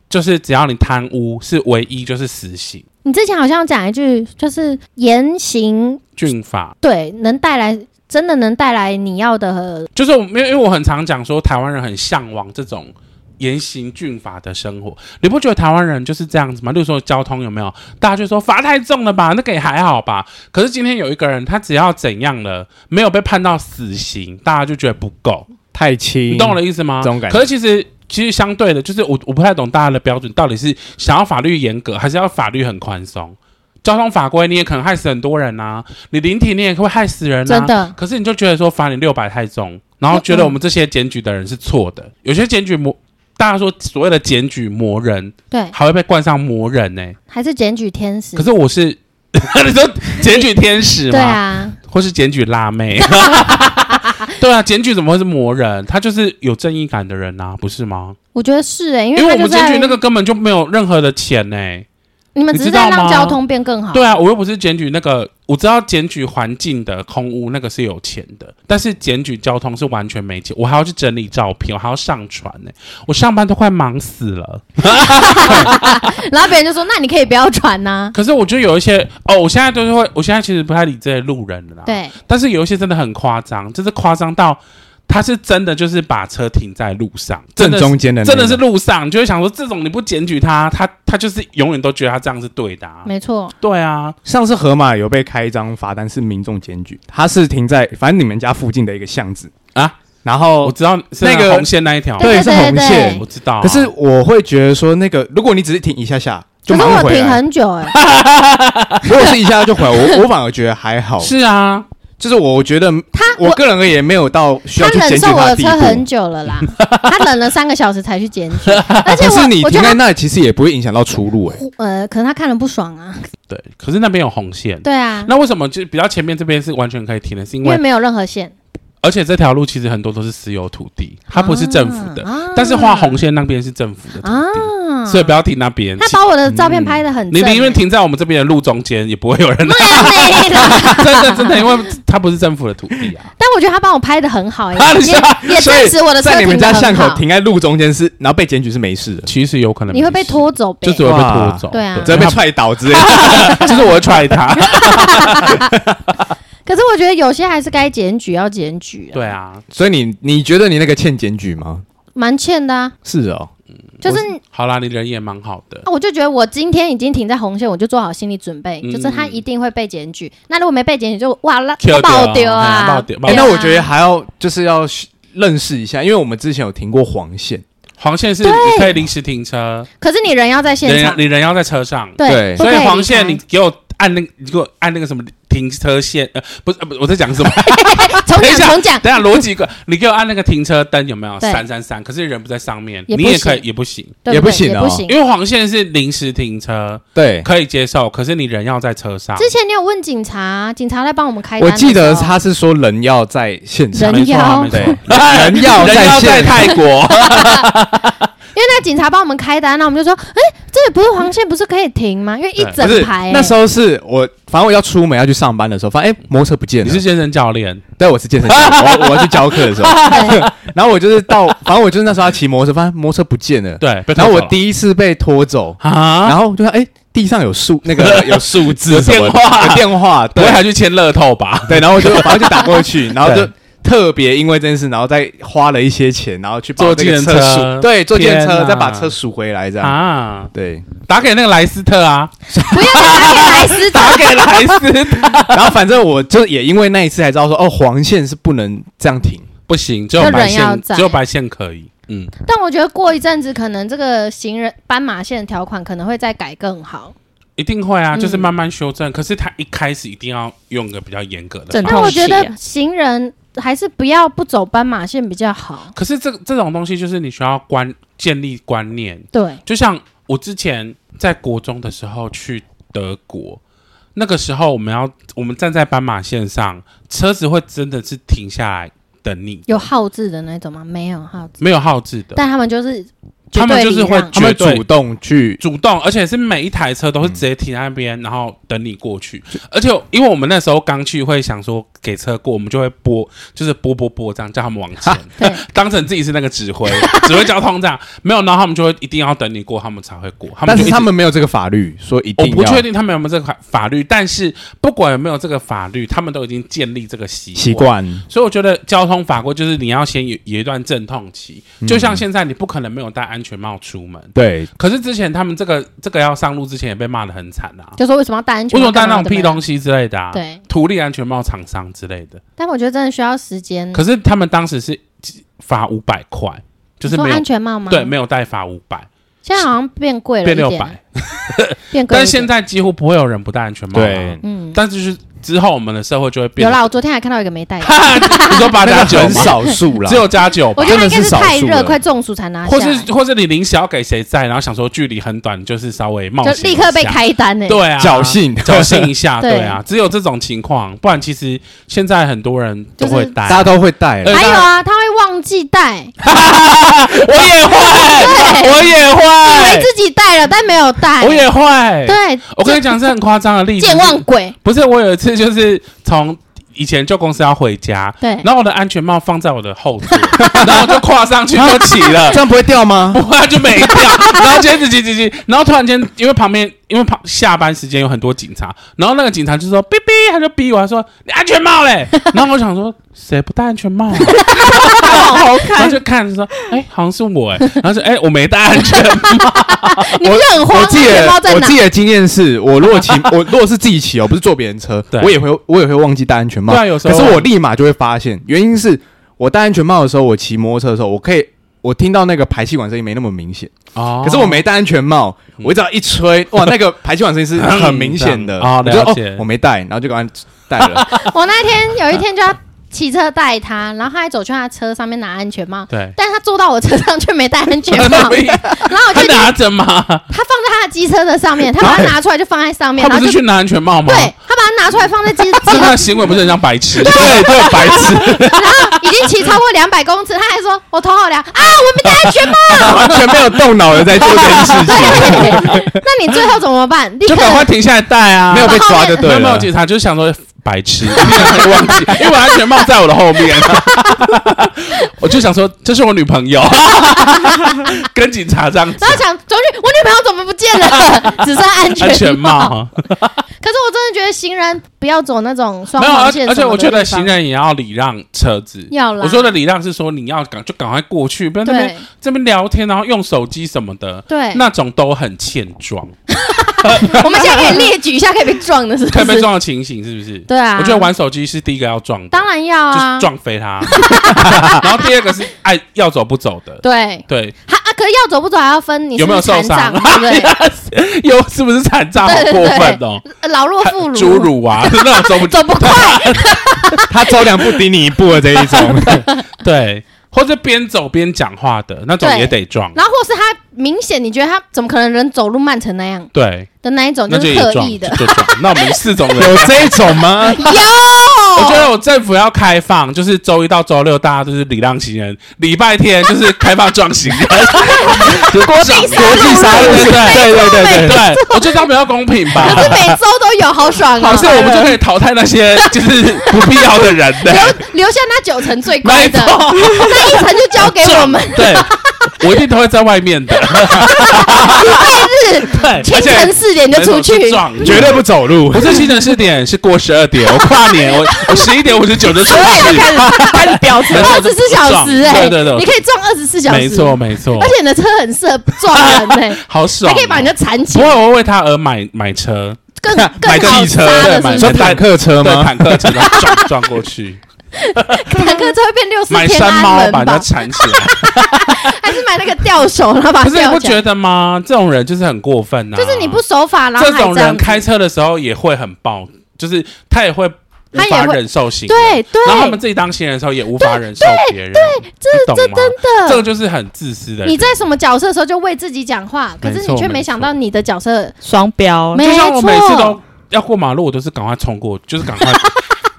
[SPEAKER 1] 就是只要你贪污是唯一就是死刑
[SPEAKER 3] 你之前好像讲一句，就是言行
[SPEAKER 1] 军法，
[SPEAKER 3] 对能带来真的能带来你要的呃
[SPEAKER 1] 就是我没有因为我很常讲说台湾人很向往这种。严刑峻法的生活，你不觉得台湾人就是这样子吗？例如说交通有没有，大家就说罚太重了吧，那个也还好吧。可是今天有一个人，他只要怎样了，没有被判到死刑，大家就觉得不够。
[SPEAKER 2] 太轻，
[SPEAKER 1] 你懂我的意思吗？
[SPEAKER 2] 这种感觉
[SPEAKER 1] 可是其实其实相对的，就是我我不太懂大家的标准到底是想要法律严格，还是要法律很宽松？交通法规你也可能害死很多人呐、你临停你也会害死人、啊，
[SPEAKER 3] 真。的
[SPEAKER 1] 可是你就觉得说罚你六百太重，然后觉得我们这些检举的人是错的，有些检举魔。大家说所谓的检举魔人，
[SPEAKER 3] 对，
[SPEAKER 1] 还会被冠上魔人呢、
[SPEAKER 3] 还是检举天使
[SPEAKER 1] 可。是我是， 你说检举天使吗？
[SPEAKER 3] 对啊，
[SPEAKER 1] 或是检举辣 妹。对啊，检举怎么会是魔人？他就是有正义感的人呐、不是吗？
[SPEAKER 3] 我觉得是哎，
[SPEAKER 1] 因
[SPEAKER 3] 因为
[SPEAKER 1] 为
[SPEAKER 3] 他
[SPEAKER 1] 我
[SPEAKER 3] 就
[SPEAKER 1] 们检
[SPEAKER 3] 在
[SPEAKER 1] 举那个根本就没有任何的钱呢、
[SPEAKER 3] 你们只是在
[SPEAKER 1] 你知道
[SPEAKER 3] 让
[SPEAKER 1] 吗
[SPEAKER 3] 交通变更好。
[SPEAKER 1] 对啊，我又不是检举那个，我知道检举环境的空屋那个是有钱的，但是检举交通是完全没钱，我还要去整理照片，我还要上传呢、我上班都快忙死了。
[SPEAKER 3] 然后别人就说：“那你可以不要传啊呐。
[SPEAKER 1] 可是我觉得有一些哦，我现在都是会，我现在其实不太理这些路人了啦”。
[SPEAKER 3] 对，
[SPEAKER 1] 但是有一些真的很夸张，就是夸张到他是真的就是把车停在路上，真
[SPEAKER 2] 正
[SPEAKER 1] 的是
[SPEAKER 2] 中间的那
[SPEAKER 1] 真的是
[SPEAKER 2] 种
[SPEAKER 1] 路上，你就会想说这种你不检举他，他他就是永远都觉得他这样是对的、啊。
[SPEAKER 3] 没错，
[SPEAKER 1] 对啊，
[SPEAKER 2] 上次河马有被开一张罚单，是民众检举，他是停在反正你们家附近的一个巷子
[SPEAKER 1] 啊，
[SPEAKER 2] 然后
[SPEAKER 1] 我知道是那
[SPEAKER 2] 哦那
[SPEAKER 1] 个
[SPEAKER 2] 个
[SPEAKER 1] 红线那一条，
[SPEAKER 3] 对
[SPEAKER 2] 对是红
[SPEAKER 3] 对
[SPEAKER 2] 线
[SPEAKER 1] 我知道啊、
[SPEAKER 2] 可是我会觉得说，那个如果你只是停一下下，就
[SPEAKER 3] 可是
[SPEAKER 2] 马上
[SPEAKER 3] 我
[SPEAKER 2] 回
[SPEAKER 3] 停
[SPEAKER 2] 来。
[SPEAKER 3] 很久哎，
[SPEAKER 2] 如果是一下下就回来，我我反而觉得还好。
[SPEAKER 1] 是啊，
[SPEAKER 2] 就是我觉得
[SPEAKER 3] 他
[SPEAKER 2] 我个人而言没有到需
[SPEAKER 3] 啊他
[SPEAKER 2] 要去
[SPEAKER 3] 忍
[SPEAKER 2] 检举
[SPEAKER 3] 受我的
[SPEAKER 2] 地
[SPEAKER 3] 车很
[SPEAKER 2] 步。
[SPEAKER 3] 久了 啦，他忍了三个小时才去检举，而且
[SPEAKER 2] 啊可是你
[SPEAKER 3] 我我觉得
[SPEAKER 2] 停在
[SPEAKER 3] 他
[SPEAKER 2] 那里，其实也不会影响到出路哎、
[SPEAKER 3] 呃，可能他看了不爽啊，
[SPEAKER 2] 嗯
[SPEAKER 1] 对，可是那边有红线。
[SPEAKER 3] 对啊，
[SPEAKER 1] 那为什么就比较前面这边是完全可以停的？是因
[SPEAKER 3] 因为
[SPEAKER 1] 为，
[SPEAKER 3] 没有任何线，
[SPEAKER 1] 而且这条路其实很多都是私有土地，它不是政府的，
[SPEAKER 3] 啊
[SPEAKER 1] 但是画红线那边是政府的土地，
[SPEAKER 3] 啊
[SPEAKER 1] 所以不要停那边。
[SPEAKER 3] 他把我的照片拍的
[SPEAKER 2] 嗯
[SPEAKER 3] 很正
[SPEAKER 1] 你
[SPEAKER 3] 欸，
[SPEAKER 1] 宁愿停在我们这边的路中间，也不会有人
[SPEAKER 3] 不要你啦
[SPEAKER 1] 真的真的，因为它不是政府的土地啊。
[SPEAKER 3] 但我觉得他帮我拍的很好欸，
[SPEAKER 1] 啊你
[SPEAKER 3] 也
[SPEAKER 1] 是吧
[SPEAKER 3] 也
[SPEAKER 2] 所以
[SPEAKER 3] 证实我的车
[SPEAKER 2] 在你们
[SPEAKER 3] 停
[SPEAKER 2] 家
[SPEAKER 3] 的
[SPEAKER 2] 巷
[SPEAKER 3] 很
[SPEAKER 2] 口
[SPEAKER 3] 好，
[SPEAKER 2] 停在路中间是，然后被检举是没事的，
[SPEAKER 1] 其实有可能
[SPEAKER 3] 你会被，拖走呗
[SPEAKER 1] 就。只会被拖走，
[SPEAKER 3] 哇对啊
[SPEAKER 2] 只
[SPEAKER 1] 只
[SPEAKER 2] 要
[SPEAKER 1] 会
[SPEAKER 2] 被
[SPEAKER 1] 被
[SPEAKER 2] 踹倒之类的。
[SPEAKER 1] 踹，就是我会踹他。
[SPEAKER 3] 可是我觉得有些还是该检举要检举，
[SPEAKER 1] 对，啊，
[SPEAKER 2] 所以你你觉得你那个欠检举吗？
[SPEAKER 3] 蛮欠的啊，
[SPEAKER 2] 是哦，
[SPEAKER 3] 就是。
[SPEAKER 1] 好啦，你人也蛮好的
[SPEAKER 3] 啊，我就觉得我今天已经停在红线，我就做好心理准备，
[SPEAKER 1] 嗯
[SPEAKER 3] 就是他一定会被检举。那如果没被检举，就哇啦
[SPEAKER 1] 丢掉
[SPEAKER 3] 爆丢啊，
[SPEAKER 1] 嗯爆丢爆
[SPEAKER 2] 哎、
[SPEAKER 1] 对丢
[SPEAKER 2] 那我觉得还要就是要认识一下，因为我们之前有停过黄线，
[SPEAKER 1] 黄线是你可以临时停车，
[SPEAKER 3] 可是你人要在现
[SPEAKER 1] 人
[SPEAKER 3] 场
[SPEAKER 1] 你，人要在车上，
[SPEAKER 3] 对，
[SPEAKER 2] 对
[SPEAKER 3] 不可
[SPEAKER 1] 所以
[SPEAKER 3] 离
[SPEAKER 1] 黄线
[SPEAKER 3] 开
[SPEAKER 1] 你给我按那，你给我按那个什么停车线，呃，不是，呃不是我在讲 什么？
[SPEAKER 3] 重
[SPEAKER 1] 等一下
[SPEAKER 3] 讲重讲，
[SPEAKER 1] 等一下逻辑个，你给我按那个停车灯有没有？
[SPEAKER 3] 对
[SPEAKER 1] 闪闪闪，可是人不在上面，
[SPEAKER 3] 也不
[SPEAKER 1] 你也可以
[SPEAKER 3] 行
[SPEAKER 1] 也不行，
[SPEAKER 3] 对
[SPEAKER 2] 也
[SPEAKER 3] 不
[SPEAKER 2] 不
[SPEAKER 3] 对
[SPEAKER 2] 行
[SPEAKER 3] 也
[SPEAKER 2] 哦
[SPEAKER 3] 不行。
[SPEAKER 1] 因为黄线是临时停车，
[SPEAKER 2] 对，
[SPEAKER 1] 可以接受，可是你人要在车上。
[SPEAKER 3] 之前你有问警察，警察来帮我们开单
[SPEAKER 2] 我
[SPEAKER 3] 的时候。
[SPEAKER 2] 记得他是说人要在现场，
[SPEAKER 1] 没
[SPEAKER 3] 人
[SPEAKER 1] 错
[SPEAKER 3] 妖
[SPEAKER 1] 啊，没错
[SPEAKER 2] 对
[SPEAKER 1] 人
[SPEAKER 2] 人要在
[SPEAKER 1] 人要在
[SPEAKER 2] 现
[SPEAKER 1] 泰 国，
[SPEAKER 3] 因为那个警察帮我们开单，那我们就说，哎、这里不是黄线，不是可以停吗？因为一整
[SPEAKER 2] 不是
[SPEAKER 3] 排、欸，
[SPEAKER 2] 那时候是我，反正我要出门要去上班的时候，发现哎、摩托车不 见
[SPEAKER 1] 你
[SPEAKER 2] 了。
[SPEAKER 1] 是健身教 练，
[SPEAKER 2] 对，我是健身 教练，我我要去教课的时候，
[SPEAKER 3] 对
[SPEAKER 2] 然后我就是到，反正我就是那时候要骑摩托车，发现摩托车不见了。
[SPEAKER 1] 对，被
[SPEAKER 2] 然后
[SPEAKER 1] 偷
[SPEAKER 2] 我
[SPEAKER 1] 走了
[SPEAKER 2] 第一次被拖走，
[SPEAKER 1] 啊，
[SPEAKER 2] 然后就看哎、地上有数 那个有数字什么
[SPEAKER 1] 有电
[SPEAKER 2] 的
[SPEAKER 1] 话
[SPEAKER 2] 有电话，
[SPEAKER 1] 不
[SPEAKER 2] 对
[SPEAKER 1] 会还去签乐透吧？
[SPEAKER 2] 对，然后我就反正就打过去，然后就
[SPEAKER 1] 对
[SPEAKER 2] 特别因为这件事，然后再花了一些钱，然后去把
[SPEAKER 1] 坐
[SPEAKER 2] 这个
[SPEAKER 1] 计程
[SPEAKER 2] 车
[SPEAKER 1] 车
[SPEAKER 2] 赎，对，坐电
[SPEAKER 1] 天哪
[SPEAKER 2] 车再把车赎回来这样。
[SPEAKER 1] 啊，
[SPEAKER 2] 对，
[SPEAKER 1] 打给那个莱斯特啊，
[SPEAKER 3] 不要再打给莱斯特，
[SPEAKER 1] 打给莱斯 特
[SPEAKER 2] 然后反正我就也因为那一次才知道说，哦，黄线是不能这样停。
[SPEAKER 1] 不行，只有
[SPEAKER 3] 就人
[SPEAKER 1] 白
[SPEAKER 3] 要
[SPEAKER 1] 线，
[SPEAKER 3] 在
[SPEAKER 1] 只有白线可以。嗯，
[SPEAKER 3] 但我觉得过一阵子，可能这个行人斑马线的条款可能会再改更好。
[SPEAKER 1] 一定会啊，就是
[SPEAKER 3] 嗯
[SPEAKER 1] 慢慢修正。可是他一开始一定要用个比较严格的
[SPEAKER 4] 正
[SPEAKER 1] 法
[SPEAKER 3] 但
[SPEAKER 4] 很
[SPEAKER 1] 律。
[SPEAKER 4] 痛
[SPEAKER 3] 我
[SPEAKER 4] 气
[SPEAKER 3] 觉
[SPEAKER 4] 啊
[SPEAKER 3] 得行人还是不要不走斑马线比较好。
[SPEAKER 1] 可是这这种东西就是你需要观建立观念，
[SPEAKER 3] 对，
[SPEAKER 1] 就像我之前在国中的时候去德国，那个时候我们要我们站在斑马线上，车子会真的是停下来等你，
[SPEAKER 3] 有号志的那种吗？没有号志，
[SPEAKER 1] 没有号志的，
[SPEAKER 3] 但他们就是
[SPEAKER 1] 他们就是会
[SPEAKER 3] 绝对礼让
[SPEAKER 2] 他们
[SPEAKER 1] 绝对
[SPEAKER 2] 主动去，
[SPEAKER 1] 主动，而且是每一台车都是直接停在那边，然后等你过去。而且因为我们那时候刚去，会想说给车过，我们就会拨，就是拨拨拨这样叫他们往 前，
[SPEAKER 3] 对
[SPEAKER 1] 当成自己是那个指 挥，指挥交通这样。没有，然后他们就会一定要等你过，他们才会过。他们
[SPEAKER 2] 但
[SPEAKER 1] 就是一直
[SPEAKER 2] 他们没有这个法律说一
[SPEAKER 1] 我
[SPEAKER 2] 定
[SPEAKER 1] 不
[SPEAKER 2] 要
[SPEAKER 1] 确定他们有没有这个法法律，但是不管有没有这个法律，他们都已经建立这个习
[SPEAKER 2] 习。惯。
[SPEAKER 1] 所以我觉得交通法规就是你要先有有一段阵痛期，就像现在你不可能没有戴安全帽出门，
[SPEAKER 2] 对，
[SPEAKER 1] 可是之前他们这个这个要上路之前也被骂的很惨啊，
[SPEAKER 3] 就说为什么要戴安全
[SPEAKER 1] 为什么
[SPEAKER 3] 帽？
[SPEAKER 1] 戴那种
[SPEAKER 3] 干嘛
[SPEAKER 1] 屁
[SPEAKER 3] 的
[SPEAKER 1] 东西之类的啊？，
[SPEAKER 3] 对，
[SPEAKER 1] 图利安全帽厂商之类的。
[SPEAKER 3] 但我觉得真的需要时间。
[SPEAKER 1] 可是他们当时是罚五百块，就是
[SPEAKER 3] 你说
[SPEAKER 1] 没有
[SPEAKER 3] 安全帽吗？
[SPEAKER 1] 对没有戴罚五百
[SPEAKER 3] 现在好像变贵了，
[SPEAKER 1] 变六，百，
[SPEAKER 3] 变贵了一点。
[SPEAKER 1] 但是现在几乎不会有人不戴安全帽了
[SPEAKER 2] 对。
[SPEAKER 3] 嗯，
[SPEAKER 1] 但是就是之后我们的社会就会变
[SPEAKER 3] 有
[SPEAKER 1] 得，
[SPEAKER 3] 啦，我昨天还看到一个没戴的，
[SPEAKER 1] 你说八
[SPEAKER 2] 那
[SPEAKER 1] 加
[SPEAKER 2] 个
[SPEAKER 1] 九
[SPEAKER 2] 很
[SPEAKER 1] 吗？
[SPEAKER 2] 少数啦，
[SPEAKER 1] 只有加九吧
[SPEAKER 3] 我觉。得他应
[SPEAKER 2] 真
[SPEAKER 3] 该是
[SPEAKER 2] 的是少数
[SPEAKER 3] 太热，
[SPEAKER 2] 了
[SPEAKER 3] 快中暑才拿下欸
[SPEAKER 1] 或
[SPEAKER 3] 来，
[SPEAKER 1] 是或是你临时要给谁在，然后想说距离很短，就是稍微冒险
[SPEAKER 3] 就立刻被
[SPEAKER 1] 一下
[SPEAKER 3] 开单欸呢。
[SPEAKER 1] 对啊，
[SPEAKER 2] 侥幸
[SPEAKER 1] 侥幸一下，
[SPEAKER 3] 对
[SPEAKER 1] 对啊，只有这种情况，不然其实现在很多人都会戴，
[SPEAKER 2] 大家都会带。
[SPEAKER 1] 呃
[SPEAKER 3] 还有啊，他会忘记戴，
[SPEAKER 1] 我也会，
[SPEAKER 3] 对
[SPEAKER 1] 我也
[SPEAKER 3] 以为
[SPEAKER 1] 会，
[SPEAKER 3] 自己戴了，但没有戴。
[SPEAKER 1] 哎我也会。
[SPEAKER 3] 对，
[SPEAKER 1] 我跟你讲是很夸张的例子，
[SPEAKER 3] 健忘鬼。
[SPEAKER 1] 不是我有一次就是从以前旧公司要回家，
[SPEAKER 3] 对，
[SPEAKER 1] 然后我的安全帽放在我的后座， 然后我就跨上去就骑了
[SPEAKER 2] 这。样不会掉吗
[SPEAKER 1] 不？会啊就没掉，然后接着骑骑骑，然后突然间，因为旁边因为旁下班时间有很多警察，然后那个警察就说哔哔，他就逼我他说你安全帽嘞，然后我想说谁不戴安全帽、啊，
[SPEAKER 4] 好好
[SPEAKER 1] 然后
[SPEAKER 4] 看，
[SPEAKER 1] 就看就说哎、好像是我哎、然后说哎、我没戴安全帽，
[SPEAKER 3] 你不是很慌？
[SPEAKER 2] 我自己
[SPEAKER 3] 安全
[SPEAKER 2] 的
[SPEAKER 3] 帽在
[SPEAKER 2] 我
[SPEAKER 3] 哪
[SPEAKER 2] 自？己的经验是，我如果骑我如果是自己骑哦，不是坐别人车
[SPEAKER 1] 对，
[SPEAKER 2] 我也会我也会忘记戴安全帽
[SPEAKER 1] 对。啊有时
[SPEAKER 2] 可
[SPEAKER 1] 候
[SPEAKER 2] 是我立马就会发现，原因是我戴安全帽的时候，我骑摩托车的时候，我可以我听到那个排气管声音没那么明显，
[SPEAKER 1] 哦
[SPEAKER 2] 可是我没戴安全帽，我只要一吹，哇，那个排气管声音是很明显的
[SPEAKER 1] 嗯哦
[SPEAKER 2] 我就
[SPEAKER 1] 了解
[SPEAKER 2] 哦，我没戴，然后就赶快戴了。
[SPEAKER 3] 我那天有一天就要骑车带他，然后他还走去他车上面拿安全帽，，
[SPEAKER 1] 对
[SPEAKER 3] 但是他坐到我车上却没戴安全 帽，
[SPEAKER 1] 他
[SPEAKER 3] 然后我就
[SPEAKER 1] 拿着吗？
[SPEAKER 3] 他放在他的机车的上面，他把它拿出来就放在上面，
[SPEAKER 1] 他
[SPEAKER 3] 然
[SPEAKER 1] 不
[SPEAKER 3] 后
[SPEAKER 1] 是
[SPEAKER 3] 就
[SPEAKER 1] 去拿安全帽吗？
[SPEAKER 3] 对他把它拿出来 放在机机
[SPEAKER 1] 他
[SPEAKER 3] 车
[SPEAKER 1] 那个行为不是很像白痴？
[SPEAKER 2] 对，这个 白痴
[SPEAKER 3] 已经骑超过两百公尺，他还说我头好凉啊，我没戴安全帽。
[SPEAKER 2] 完 全没有动脑的在做这件事情，
[SPEAKER 3] 那你最后怎么办？立
[SPEAKER 1] 就
[SPEAKER 3] 刻
[SPEAKER 1] 赶快停下来戴啊！
[SPEAKER 2] 没有被抓就
[SPEAKER 1] 没
[SPEAKER 2] 对
[SPEAKER 1] 有没有
[SPEAKER 2] 了。
[SPEAKER 1] 警察就是想说白痴，你可能忘记，因为我安全帽在我的后面，啊 我就想说这是我女朋友， 跟警察这样子啊
[SPEAKER 3] 然后想走去，我女朋友怎么不见了？ 只剩安全
[SPEAKER 1] 安全帽，
[SPEAKER 3] 可是我真的觉得行人不要走那种双
[SPEAKER 1] 没有，
[SPEAKER 3] 黄
[SPEAKER 1] 而
[SPEAKER 3] 线
[SPEAKER 1] 而且
[SPEAKER 3] 什么
[SPEAKER 1] 我
[SPEAKER 3] 的地
[SPEAKER 1] 觉
[SPEAKER 3] 方
[SPEAKER 1] 得行人也要礼让车子。
[SPEAKER 3] 要啦。
[SPEAKER 1] 我说的礼让是说你要赶就赶快过去，不要在那边
[SPEAKER 3] 对
[SPEAKER 1] 这边聊天，然后用手机什么的，
[SPEAKER 3] 对，
[SPEAKER 1] 那种都很欠装。
[SPEAKER 3] 我们现在可以列举一下可以被撞 的是不
[SPEAKER 1] 可以被
[SPEAKER 3] 是？
[SPEAKER 1] 撞的情形是不是？
[SPEAKER 3] 对啊，
[SPEAKER 1] 我觉得玩手机是第一个要撞的，
[SPEAKER 3] 当然要
[SPEAKER 1] 就是
[SPEAKER 3] 啊，
[SPEAKER 1] 撞飞他。 然后第二个是爱要走不走的，
[SPEAKER 3] 对，
[SPEAKER 1] 对，
[SPEAKER 3] 还啊，可是要走不走还要分你是
[SPEAKER 1] 有没
[SPEAKER 3] 不
[SPEAKER 1] 有
[SPEAKER 3] 是
[SPEAKER 1] 受
[SPEAKER 3] 残
[SPEAKER 1] 伤
[SPEAKER 3] 障，对不 对？
[SPEAKER 1] 有是不是残障？好
[SPEAKER 3] 对对
[SPEAKER 1] 过
[SPEAKER 3] 对
[SPEAKER 1] 分哦！
[SPEAKER 3] 呃老弱 妇
[SPEAKER 1] 还侏
[SPEAKER 3] 孺，
[SPEAKER 1] 儒 啊，那种走不
[SPEAKER 3] 走不快，
[SPEAKER 2] 他走两步顶你一步的这一种，
[SPEAKER 1] 对，或者边走边讲话的那种
[SPEAKER 3] 对
[SPEAKER 1] 也得撞，
[SPEAKER 3] 然后或是他明显你觉得他怎么可能人走路慢成那样
[SPEAKER 1] 对，
[SPEAKER 3] 的那一种，
[SPEAKER 1] 那
[SPEAKER 3] 就
[SPEAKER 1] 就是也
[SPEAKER 3] 刻
[SPEAKER 1] 撞，
[SPEAKER 3] 意
[SPEAKER 1] 就
[SPEAKER 3] 的。
[SPEAKER 1] 就撞。那我们四 种人
[SPEAKER 2] 有这一种吗？
[SPEAKER 1] 我觉
[SPEAKER 3] 有，
[SPEAKER 1] 得我政府要开放，就是周一到周六大家都是礼让行人，礼拜天就是开放撞行人，国际
[SPEAKER 2] 国际杀戮
[SPEAKER 1] 对
[SPEAKER 2] 线，对对对
[SPEAKER 1] 对
[SPEAKER 2] 对
[SPEAKER 1] 对，我觉得这样比较公平吧
[SPEAKER 3] 可。是每周都有，好爽啊！
[SPEAKER 1] 好像我们就可以淘汰那 些就是不必要的人的，
[SPEAKER 3] 留下那九成最
[SPEAKER 1] 没
[SPEAKER 3] 贵的，
[SPEAKER 1] 错，
[SPEAKER 3] 那一层就交给 我们
[SPEAKER 1] 对。我一定都会在外面的，
[SPEAKER 3] 是
[SPEAKER 1] 对，
[SPEAKER 3] 清晨四点就出去，
[SPEAKER 1] 撞，
[SPEAKER 2] 对，绝对不走 路
[SPEAKER 1] 不。是清晨四点，是过十二点。我跨年，我我十一点五十九就出去，
[SPEAKER 4] 开 始飙车，
[SPEAKER 3] 二十四小时哎、
[SPEAKER 1] 对对对
[SPEAKER 3] 你可以撞二十四小时，
[SPEAKER 1] 没错，没错
[SPEAKER 3] 而，且你的车很适合撞 人哎、
[SPEAKER 1] 好爽哦，
[SPEAKER 3] 还可以把人家缠起
[SPEAKER 1] 不会，
[SPEAKER 3] 来，
[SPEAKER 1] 我会为他而买买车，
[SPEAKER 3] 更
[SPEAKER 2] 买
[SPEAKER 3] 更
[SPEAKER 2] 个
[SPEAKER 3] 好
[SPEAKER 2] 汽
[SPEAKER 3] 杀
[SPEAKER 2] 车
[SPEAKER 1] 对买
[SPEAKER 3] 了是不
[SPEAKER 2] 你
[SPEAKER 3] 是
[SPEAKER 2] 说坦克车
[SPEAKER 1] 对，
[SPEAKER 2] 吗？
[SPEAKER 1] 坦克车然后撞撞过去，
[SPEAKER 3] 坦克车会变六四
[SPEAKER 1] 买
[SPEAKER 3] 天
[SPEAKER 1] 山猫啊
[SPEAKER 3] 安
[SPEAKER 1] 把人
[SPEAKER 3] 门
[SPEAKER 1] 家
[SPEAKER 3] 吧？
[SPEAKER 1] 缠起来。
[SPEAKER 3] 还是买那个吊手，然后把它
[SPEAKER 1] 可是你
[SPEAKER 3] 吊
[SPEAKER 1] 不
[SPEAKER 3] 起来？
[SPEAKER 1] 觉得吗？这种人就是很过分呐、
[SPEAKER 3] 就是你不守法，然后
[SPEAKER 1] 这
[SPEAKER 3] 还
[SPEAKER 1] 种
[SPEAKER 3] 这样
[SPEAKER 1] 人
[SPEAKER 3] 子
[SPEAKER 1] 开车的时候也会很暴，就是他也会无
[SPEAKER 3] 他也
[SPEAKER 1] 法
[SPEAKER 3] 会
[SPEAKER 1] 忍受行人，
[SPEAKER 3] 对对，
[SPEAKER 1] 然后他们自己当行人的时候也无法忍受别人，
[SPEAKER 3] 这
[SPEAKER 1] 这这真
[SPEAKER 3] 真的
[SPEAKER 1] 这个就是很自私的人。
[SPEAKER 3] 你在什么角色的时候就为自己讲话，可是
[SPEAKER 1] 没错
[SPEAKER 3] 你却
[SPEAKER 1] 没
[SPEAKER 3] 没
[SPEAKER 1] 错
[SPEAKER 3] 想到你的角色，
[SPEAKER 4] 双标，
[SPEAKER 3] 没
[SPEAKER 1] 就像我每次都
[SPEAKER 3] 错，
[SPEAKER 1] 要过马路，我都是赶快冲过，就是赶快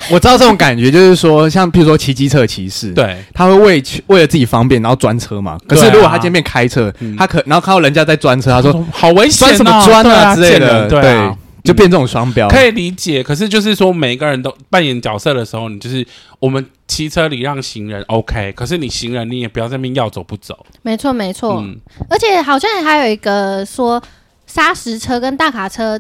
[SPEAKER 2] 我知道这种感觉，就是说，像譬如说骑机车的骑士，，
[SPEAKER 1] 对
[SPEAKER 2] 他会为为了自己方便，然后专车嘛。可是
[SPEAKER 1] 对啊
[SPEAKER 2] 如果他今天变开车
[SPEAKER 1] 嗯，
[SPEAKER 2] 他可然后看到人家在专车，他说
[SPEAKER 1] 好危险、啊，
[SPEAKER 2] 专什么专
[SPEAKER 1] 对啊
[SPEAKER 2] 之类
[SPEAKER 1] 贱人
[SPEAKER 2] 的，
[SPEAKER 1] 对啊
[SPEAKER 2] 对，就变这种双标。
[SPEAKER 1] 可以理解，可是就是说，每一个人都扮演角色的时候，你就是我们骑车礼让行人 OK，可是你行人你也不要在那边要走不走。
[SPEAKER 3] 没错没错。
[SPEAKER 1] 嗯，
[SPEAKER 3] 而且好像还有一个说，砂石车跟大卡车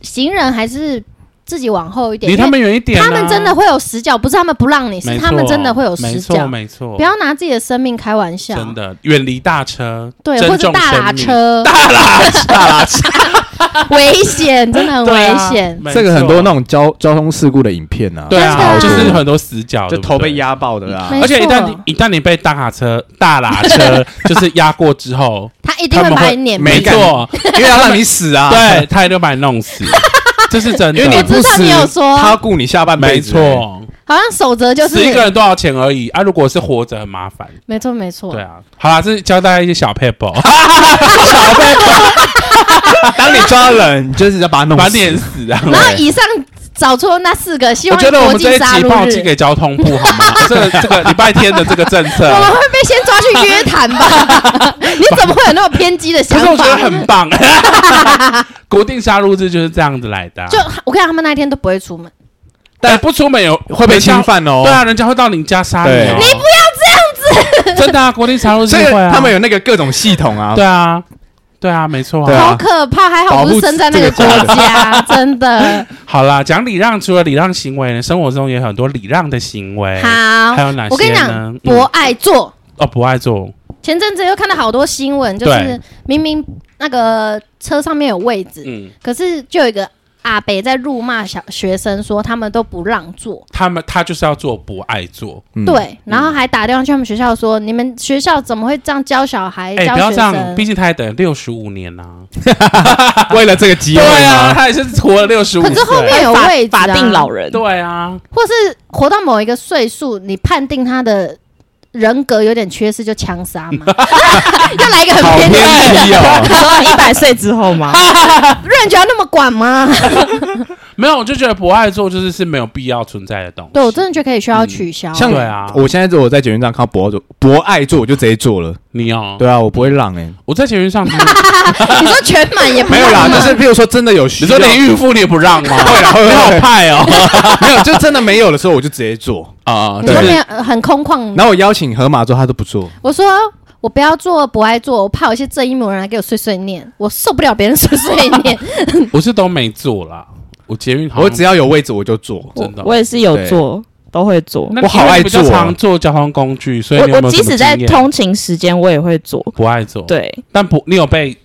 [SPEAKER 3] 行人还是自己往后一点，
[SPEAKER 1] 离他们远一点、
[SPEAKER 3] 因为
[SPEAKER 1] 啊。
[SPEAKER 3] 他们真的会有死角，不是他们不让你，
[SPEAKER 1] 没错，
[SPEAKER 3] 是他们真的会有
[SPEAKER 1] 没
[SPEAKER 3] 死
[SPEAKER 1] 错
[SPEAKER 3] 角。
[SPEAKER 1] 没错，
[SPEAKER 3] 不要拿自己的生命开玩笑，
[SPEAKER 1] 真的远离大车，
[SPEAKER 3] 对，
[SPEAKER 1] 珍
[SPEAKER 3] 或者
[SPEAKER 1] 重
[SPEAKER 3] 大
[SPEAKER 1] 生
[SPEAKER 3] 拉
[SPEAKER 1] 命，
[SPEAKER 3] 车，
[SPEAKER 1] 大拉车，大拉车，
[SPEAKER 3] 危险，真的很
[SPEAKER 1] 对
[SPEAKER 3] 危
[SPEAKER 1] 啊
[SPEAKER 3] 险。
[SPEAKER 1] 没
[SPEAKER 2] 这个很
[SPEAKER 1] 错
[SPEAKER 2] 多那种交交通事故的影片啊，
[SPEAKER 1] 对啊，就
[SPEAKER 3] 真的
[SPEAKER 1] 是很多死角，
[SPEAKER 2] 就
[SPEAKER 1] 对不
[SPEAKER 2] 头被
[SPEAKER 1] 对。
[SPEAKER 2] 压爆的啦。
[SPEAKER 3] 没
[SPEAKER 1] 而且一旦
[SPEAKER 3] 错
[SPEAKER 1] 你一旦你被大卡车、大拉 车就是压过之后，
[SPEAKER 3] 他一定
[SPEAKER 1] 他
[SPEAKER 3] 会
[SPEAKER 1] 们
[SPEAKER 3] 把
[SPEAKER 1] 会
[SPEAKER 3] 你碾
[SPEAKER 1] 没
[SPEAKER 3] 扁。
[SPEAKER 1] 错，
[SPEAKER 2] 哎因为要让你死啊，
[SPEAKER 1] 对，他一定会把你弄 死，这是真的。
[SPEAKER 2] 因为你
[SPEAKER 3] 我
[SPEAKER 2] 不
[SPEAKER 3] 知道
[SPEAKER 2] 死，
[SPEAKER 3] 你有说
[SPEAKER 2] 他要顾你下半辈
[SPEAKER 1] 没
[SPEAKER 2] 子。
[SPEAKER 1] 错，
[SPEAKER 3] 好像守则就是
[SPEAKER 1] 死一个人多少钱而已啊！如果是活着很麻烦，
[SPEAKER 3] 没错没错
[SPEAKER 1] 对，啊。好啦，这是教大家一些小 paper，
[SPEAKER 2] 啊当你抓人，你就是要把他弄
[SPEAKER 1] 把
[SPEAKER 2] 死。
[SPEAKER 1] 碾死 啊！
[SPEAKER 3] 然后以上找出那四个，希
[SPEAKER 1] 我
[SPEAKER 3] 望
[SPEAKER 1] 觉得我
[SPEAKER 3] 国
[SPEAKER 1] 们这
[SPEAKER 3] 际
[SPEAKER 1] 一
[SPEAKER 3] 杀
[SPEAKER 1] 集帮
[SPEAKER 3] 戮
[SPEAKER 1] 我寄
[SPEAKER 3] 日，
[SPEAKER 1] 给交通部好吗？ 这个这个礼拜天的这个政
[SPEAKER 3] 我
[SPEAKER 1] 策
[SPEAKER 3] 们，会被先抓去约谈 吧？你怎么会有那么偏激的
[SPEAKER 1] 可
[SPEAKER 3] 想
[SPEAKER 1] 是我觉得
[SPEAKER 3] 法？
[SPEAKER 1] 很 棒。国定杀戮日就是这样子来的啊，
[SPEAKER 3] 就我看他们那一天都不会出门，
[SPEAKER 1] 但不出门有
[SPEAKER 2] 会被侵。犯哦。
[SPEAKER 1] 对啊，人家会到你家杀你
[SPEAKER 2] 对
[SPEAKER 1] 哦。你不要这样子，真的啊！国定杀戮
[SPEAKER 2] 所以
[SPEAKER 1] 日会啊，
[SPEAKER 2] 他们有那个各种系统啊。
[SPEAKER 1] 对啊，对啊，没错
[SPEAKER 2] 对
[SPEAKER 1] 啊
[SPEAKER 2] 啊。
[SPEAKER 3] 好可怕！还好不是生在那个国家， 真的
[SPEAKER 1] 好啦，讲礼让，除了礼让行为呢，生活中也有很多礼让的行为。哎还
[SPEAKER 3] 好。
[SPEAKER 1] 有哪些呢？
[SPEAKER 3] 我跟你讲
[SPEAKER 1] 嗯，
[SPEAKER 3] 博爱座。
[SPEAKER 1] 哦，不爱做，
[SPEAKER 3] 前阵子又看到好多新闻，就
[SPEAKER 1] 对
[SPEAKER 3] 是明明那个车上面有位置，
[SPEAKER 1] 嗯，
[SPEAKER 3] 可是就有一个阿北在辱骂小学生，说他们都不让座，
[SPEAKER 1] 他们他就是要做不爱做，
[SPEAKER 2] 嗯，
[SPEAKER 3] 对，然后还打电话去他们学校说，你们学校怎么会这样教小孩、
[SPEAKER 1] 哎、
[SPEAKER 3] 教
[SPEAKER 1] 不要
[SPEAKER 3] 学
[SPEAKER 1] 这样，
[SPEAKER 3] 生
[SPEAKER 1] 毕？竟他也等六十五年呐、 啊，
[SPEAKER 2] 为了这个机会
[SPEAKER 1] 对啊，
[SPEAKER 2] 吗？
[SPEAKER 1] 他也是活了六十五，
[SPEAKER 3] 可是后面有
[SPEAKER 4] 法
[SPEAKER 3] 位置、啊、
[SPEAKER 4] 法定老，人，
[SPEAKER 1] 对啊，
[SPEAKER 3] 或是活到某一个岁数，你判定他的人格有点缺失，就枪杀嘛。要来一个
[SPEAKER 2] 好
[SPEAKER 3] 很
[SPEAKER 2] 偏
[SPEAKER 3] 偏激的，
[SPEAKER 2] 激哦。
[SPEAKER 4] 说一百岁之后 吗？
[SPEAKER 3] 人觉得那么管吗？
[SPEAKER 1] 没有，我就觉得不爱做就是是没有必要存在的东西。
[SPEAKER 3] 对我真的觉得可以需要取消。
[SPEAKER 2] 像
[SPEAKER 1] 对啊
[SPEAKER 2] 我现在如果在捷运站看到博爱做博爱做，我就直接做了。
[SPEAKER 1] 你哦，
[SPEAKER 2] 对啊，我不会让哎，
[SPEAKER 1] 我在前面 上，
[SPEAKER 3] 你说全满也不
[SPEAKER 2] 没有 啦，
[SPEAKER 3] 让吗
[SPEAKER 2] 就是譬如说真的有需
[SPEAKER 1] 你
[SPEAKER 2] 要，
[SPEAKER 1] 说连孕妇你也不让 吗？
[SPEAKER 2] 会啊啦会
[SPEAKER 1] 你
[SPEAKER 2] 啦
[SPEAKER 1] 好
[SPEAKER 2] 会啦
[SPEAKER 1] 派哦，
[SPEAKER 2] 没有，就真的没有的时候我就直接做。
[SPEAKER 1] 啊、
[SPEAKER 3] 你说
[SPEAKER 1] 对
[SPEAKER 3] 没有呃很空旷。
[SPEAKER 2] 然后我邀请河马之后，他都不做。
[SPEAKER 3] 我说我不要做，不爱做，我怕有一些正义魔人来给我碎碎念，我受不了别人碎碎念。
[SPEAKER 1] 我是都没做啦，我捷运好像
[SPEAKER 2] 我只要有位置哦我就做。
[SPEAKER 1] 真的
[SPEAKER 4] 我也是有做，都会做。
[SPEAKER 1] 那
[SPEAKER 2] 我好爱
[SPEAKER 1] 你比较
[SPEAKER 2] 坐哦
[SPEAKER 1] 常坐交通工具，所以
[SPEAKER 4] 我
[SPEAKER 1] 你有
[SPEAKER 4] 我
[SPEAKER 1] 没有
[SPEAKER 4] 即
[SPEAKER 1] 什么
[SPEAKER 4] 使在
[SPEAKER 1] 经验
[SPEAKER 4] 通勤时间，我也会做。
[SPEAKER 1] 不爱做，
[SPEAKER 4] 对，
[SPEAKER 1] 但不你有被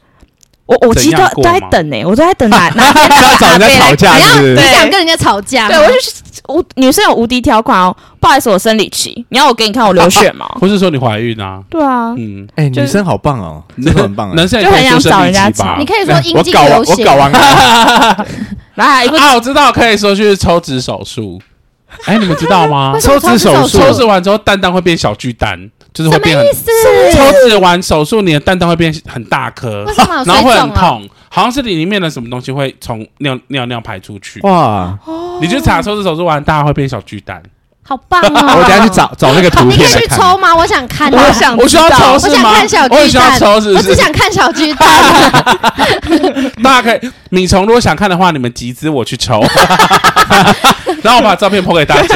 [SPEAKER 4] 我我其实
[SPEAKER 1] 怎
[SPEAKER 4] 都
[SPEAKER 1] 样过
[SPEAKER 4] 都在
[SPEAKER 1] 吗
[SPEAKER 4] 等呢、欸我都在等哪哪天
[SPEAKER 2] 不要找人家吵架，
[SPEAKER 3] 你要
[SPEAKER 2] 是不
[SPEAKER 3] 你
[SPEAKER 2] 是？
[SPEAKER 4] 对
[SPEAKER 3] 想跟人家吵架吗？
[SPEAKER 4] 对我就是无女生有无敌条款哦，不好意思，我生理期，你要我给你看我流血吗？
[SPEAKER 1] 或是说你怀孕啊？
[SPEAKER 4] 对啊，
[SPEAKER 1] 嗯，
[SPEAKER 2] 哎，
[SPEAKER 4] 就
[SPEAKER 2] 女生好棒哦，真的很棒
[SPEAKER 1] 男
[SPEAKER 2] 啊！
[SPEAKER 1] 生也可以说生理期吧
[SPEAKER 4] 我
[SPEAKER 3] 你？可以说阴
[SPEAKER 2] 我
[SPEAKER 3] 茎
[SPEAKER 2] 搞完，
[SPEAKER 3] 流
[SPEAKER 2] 我
[SPEAKER 3] 血，
[SPEAKER 2] 搞
[SPEAKER 1] 啊
[SPEAKER 2] 完啊了，
[SPEAKER 4] 来
[SPEAKER 3] 哎
[SPEAKER 4] 一个
[SPEAKER 1] 啊，我知道，可以说去抽脂手术。哎，你们知道吗
[SPEAKER 3] 为？什么
[SPEAKER 2] 抽脂
[SPEAKER 3] 手
[SPEAKER 2] 手术
[SPEAKER 1] 抽脂完之后，蛋蛋会变小巨蛋，就是会
[SPEAKER 3] 什么
[SPEAKER 1] 变很
[SPEAKER 3] 意思？
[SPEAKER 1] 抽脂完手术，你的蛋蛋会变很大颗
[SPEAKER 3] 为，什么有
[SPEAKER 1] 然后会
[SPEAKER 3] 水
[SPEAKER 1] 很
[SPEAKER 3] 肿啊？
[SPEAKER 1] 痛，好像是你里面的什么东西会从尿尿尿排出去。
[SPEAKER 3] 哦
[SPEAKER 2] 哇！
[SPEAKER 1] 你去查抽脂手术完，大家会变小巨蛋。
[SPEAKER 3] 好 棒哦！
[SPEAKER 2] 我等下去找找那个图
[SPEAKER 3] 你可
[SPEAKER 2] 片
[SPEAKER 3] 以
[SPEAKER 2] 来
[SPEAKER 3] 去
[SPEAKER 2] 看。
[SPEAKER 3] 抽吗？我想看啊，
[SPEAKER 4] 我想
[SPEAKER 1] 我需要
[SPEAKER 4] 知道
[SPEAKER 1] 抽
[SPEAKER 3] 我
[SPEAKER 1] 是
[SPEAKER 3] 想
[SPEAKER 1] 吗
[SPEAKER 3] 看小？
[SPEAKER 1] 我也
[SPEAKER 3] 巨
[SPEAKER 1] 需要
[SPEAKER 3] 蛋，
[SPEAKER 1] 抽是
[SPEAKER 3] 我
[SPEAKER 1] 不
[SPEAKER 3] 只
[SPEAKER 1] 是？
[SPEAKER 3] 想看小巨 蛋。
[SPEAKER 1] 大家可以，米虫如果想看的话，你们集资我去抽， 然后我把照片抛给 大家。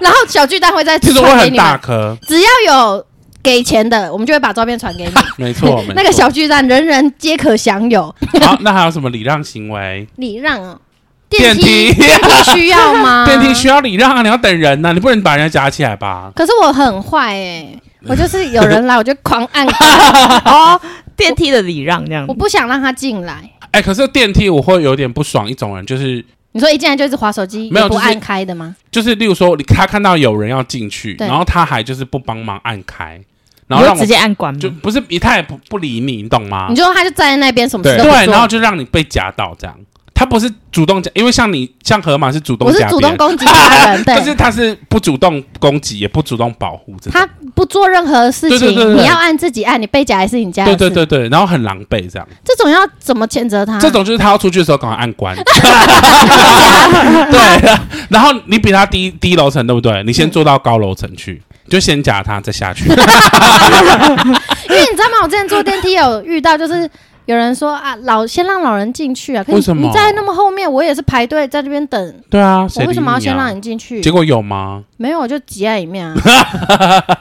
[SPEAKER 3] 然后小巨蛋会再
[SPEAKER 1] 听说会
[SPEAKER 3] 传给
[SPEAKER 1] 很
[SPEAKER 3] 你
[SPEAKER 1] 大
[SPEAKER 3] 们，
[SPEAKER 1] 颗，
[SPEAKER 3] 只要有给钱的，我们就会把照片传 给你。
[SPEAKER 1] 没 错，没错
[SPEAKER 3] 那个小巨蛋人人皆可享有，
[SPEAKER 1] 好，那还有什么礼让行为？
[SPEAKER 3] 礼让哦。
[SPEAKER 1] 电
[SPEAKER 3] 梯
[SPEAKER 1] 梯
[SPEAKER 3] 电梯需要吗？
[SPEAKER 1] 电梯需要礼让啊，你要等人呐、你不能把人家夹起来吧？
[SPEAKER 3] 可是我很坏哎、我就是有人来我就狂按，
[SPEAKER 4] 哦，电梯的礼让这样
[SPEAKER 3] 我。不想让他进来。
[SPEAKER 1] 哎、可是电梯我会有点不爽，一种人就是
[SPEAKER 3] 你说一进来就是划手机，
[SPEAKER 1] 没有
[SPEAKER 3] 也不
[SPEAKER 1] 就是
[SPEAKER 3] 按开的吗？
[SPEAKER 1] 就是，例如说你他看到有人要进去，
[SPEAKER 3] 对
[SPEAKER 1] 然后他还就是不帮忙按开，
[SPEAKER 4] 你
[SPEAKER 1] 然后让
[SPEAKER 4] 会
[SPEAKER 1] 我
[SPEAKER 4] 直接按关吗
[SPEAKER 1] 就？不是他也不不理你，你懂吗
[SPEAKER 3] 你？就说他就站在那边，什么事都
[SPEAKER 2] 对
[SPEAKER 3] 不做。
[SPEAKER 1] 啊对，然后就让你被夹到这样。他不是主动夹，因为像你像河马是主动
[SPEAKER 3] 我是
[SPEAKER 1] 夹别人，
[SPEAKER 3] 主动攻击 他人，
[SPEAKER 1] 但是
[SPEAKER 3] 对，
[SPEAKER 1] 他是不主动攻击，也不主动保护这种。
[SPEAKER 3] 他不做任何事
[SPEAKER 1] 对
[SPEAKER 3] 情，
[SPEAKER 1] 对对对对
[SPEAKER 3] 你要按自己按，你被夹也是你家的
[SPEAKER 1] 对
[SPEAKER 3] 事。
[SPEAKER 1] 对对对，然后很狼狈这样。
[SPEAKER 3] 这种要怎么谴责他？
[SPEAKER 1] 这种就是他要出去的时候赶快按 关。 对，啊然后你比他低低楼层，对不对？你先坐到高楼层去，
[SPEAKER 3] 嗯
[SPEAKER 1] 就先夹他，再下 去。
[SPEAKER 3] 因为你知道吗？我之前坐电梯有遇到，就是有人说啊，老先让老人进去啊，可
[SPEAKER 1] 为
[SPEAKER 3] 是
[SPEAKER 1] 什
[SPEAKER 3] 你
[SPEAKER 1] 么
[SPEAKER 3] 你在那么后面，我也是排队在这边等，
[SPEAKER 1] 对啊，
[SPEAKER 3] 我
[SPEAKER 1] 谁
[SPEAKER 3] 为什么要
[SPEAKER 1] 理你啊
[SPEAKER 3] 先让你进去
[SPEAKER 1] 结？果有吗？
[SPEAKER 3] 没有，我就挤在 里面啊，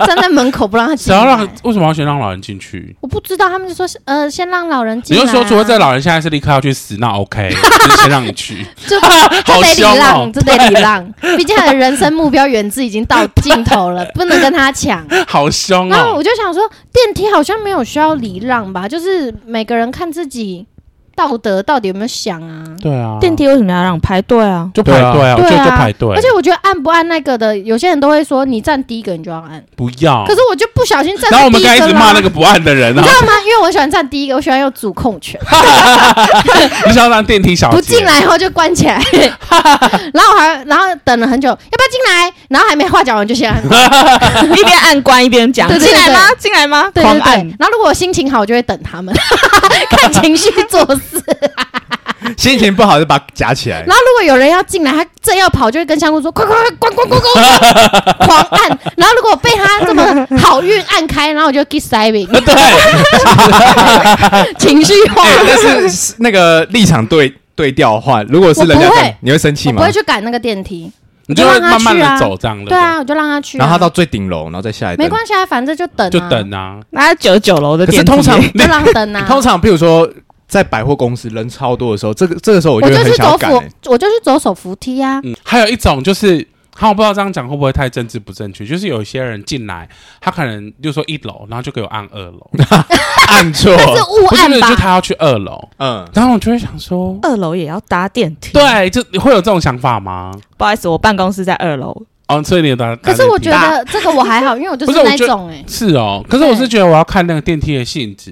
[SPEAKER 3] 站在门口不让他进
[SPEAKER 1] 谁要让
[SPEAKER 3] 来。
[SPEAKER 1] 为什么要先让老人进去？
[SPEAKER 3] 我不知道，他们就说呃，先让老人
[SPEAKER 1] 你
[SPEAKER 3] 进来、
[SPEAKER 1] 就
[SPEAKER 3] 啊。
[SPEAKER 1] 说，除非这老人现在是立刻要去死，那 OK，就是先让你去。
[SPEAKER 3] 就
[SPEAKER 1] 好
[SPEAKER 3] 这得礼
[SPEAKER 1] 凶
[SPEAKER 3] 让，
[SPEAKER 1] 哦，
[SPEAKER 3] 这得礼 让，毕竟他的人生目标远志已经到尽头了，不能跟他抢。
[SPEAKER 1] 好凶
[SPEAKER 3] 然后我
[SPEAKER 1] 哦。
[SPEAKER 3] 就想说，电梯好像没有需要礼让吧，就是每个人看自己道德到底有没有想啊。
[SPEAKER 1] 对啊，
[SPEAKER 4] 电梯为什么要让排队啊？
[SPEAKER 1] 就排队啊，我就
[SPEAKER 3] 对啊
[SPEAKER 1] 就排队，
[SPEAKER 3] 而且我觉得按不按那个的，有些人都会说你站第一个你就要按，
[SPEAKER 1] 不要
[SPEAKER 3] 可。是我就不小心站
[SPEAKER 1] 哦然后
[SPEAKER 3] 在
[SPEAKER 1] 我们
[SPEAKER 3] 第一
[SPEAKER 1] 刚才一
[SPEAKER 3] 个
[SPEAKER 1] 直骂那
[SPEAKER 3] 啦。
[SPEAKER 1] 个不按的人
[SPEAKER 3] 你
[SPEAKER 1] 啊
[SPEAKER 3] 知，道吗？因为我喜欢站第一个，我喜欢有主控权，
[SPEAKER 1] 你想要当电梯小姐？
[SPEAKER 3] 不进来然后就关起 来，然后我还然后等了很久，要不要进来？然后还没话讲完 就先按，
[SPEAKER 4] 一边按关一边讲，
[SPEAKER 3] 对对
[SPEAKER 4] 进
[SPEAKER 3] 对
[SPEAKER 4] 来吗？进来吗？
[SPEAKER 3] 对
[SPEAKER 4] 狂
[SPEAKER 3] 对对
[SPEAKER 4] 按。。
[SPEAKER 3] 然后如果我心情好，我就会等他们， 看情绪做事。
[SPEAKER 2] 心情不好就把它夹起来
[SPEAKER 3] 然。后如果有人要进来，他正要跑，就会跟香菇说：“快快快，关关关关关， 狂按。”然后如果被他这么好运按开，然后我就 get saving，
[SPEAKER 1] 对，
[SPEAKER 3] 情绪化。
[SPEAKER 2] 哎，但是是那个立场对对调的话，如果是人家
[SPEAKER 3] 我不会
[SPEAKER 2] 干，你会生气
[SPEAKER 3] 我不
[SPEAKER 2] 吗
[SPEAKER 3] 会？去赶那个电梯，
[SPEAKER 1] 你就会慢慢的走这样的。
[SPEAKER 3] 啊对啊，我就让他去、
[SPEAKER 2] 然后他到最顶楼，然后再下一
[SPEAKER 3] 没
[SPEAKER 2] 等。
[SPEAKER 3] 关系啊，反正就等、啊，
[SPEAKER 1] 就，等啊，
[SPEAKER 4] 那九九楼的
[SPEAKER 2] 可是
[SPEAKER 4] 电梯，
[SPEAKER 2] 通常
[SPEAKER 3] 就让他等啊。
[SPEAKER 2] 通常，譬如说在百货公司人超多的时候，这个这个时候我
[SPEAKER 3] 我
[SPEAKER 2] 就会
[SPEAKER 3] 就
[SPEAKER 2] 很
[SPEAKER 3] 去
[SPEAKER 2] 想
[SPEAKER 3] 走
[SPEAKER 2] 要赶
[SPEAKER 3] 扶
[SPEAKER 2] 欸。，
[SPEAKER 3] 我就去走手扶梯啊。
[SPEAKER 1] 嗯，还有一种就是，好，我不知道这样讲会不会太政治不正确，就是有一些人进来，他可能就说一楼，然后就给我按二楼，
[SPEAKER 2] 欸按错
[SPEAKER 3] 那，是误
[SPEAKER 1] 不是
[SPEAKER 3] 按
[SPEAKER 1] 不是，
[SPEAKER 3] 吧？
[SPEAKER 1] 就他要去二楼，
[SPEAKER 2] 嗯，
[SPEAKER 1] 然后我就会想说，
[SPEAKER 4] 二楼也要搭电梯。，
[SPEAKER 1] 对，就你会有这种想法吗？
[SPEAKER 4] 不好意思，我办公室在二楼。
[SPEAKER 1] 哦，所以你有打，
[SPEAKER 3] 可是我觉
[SPEAKER 1] 打电
[SPEAKER 3] 得这个我还好，因为我就
[SPEAKER 1] 不是我
[SPEAKER 3] 那
[SPEAKER 1] 觉得
[SPEAKER 3] 种哎、
[SPEAKER 1] 梯是哦，可是我是觉得我要看那个电梯的性质，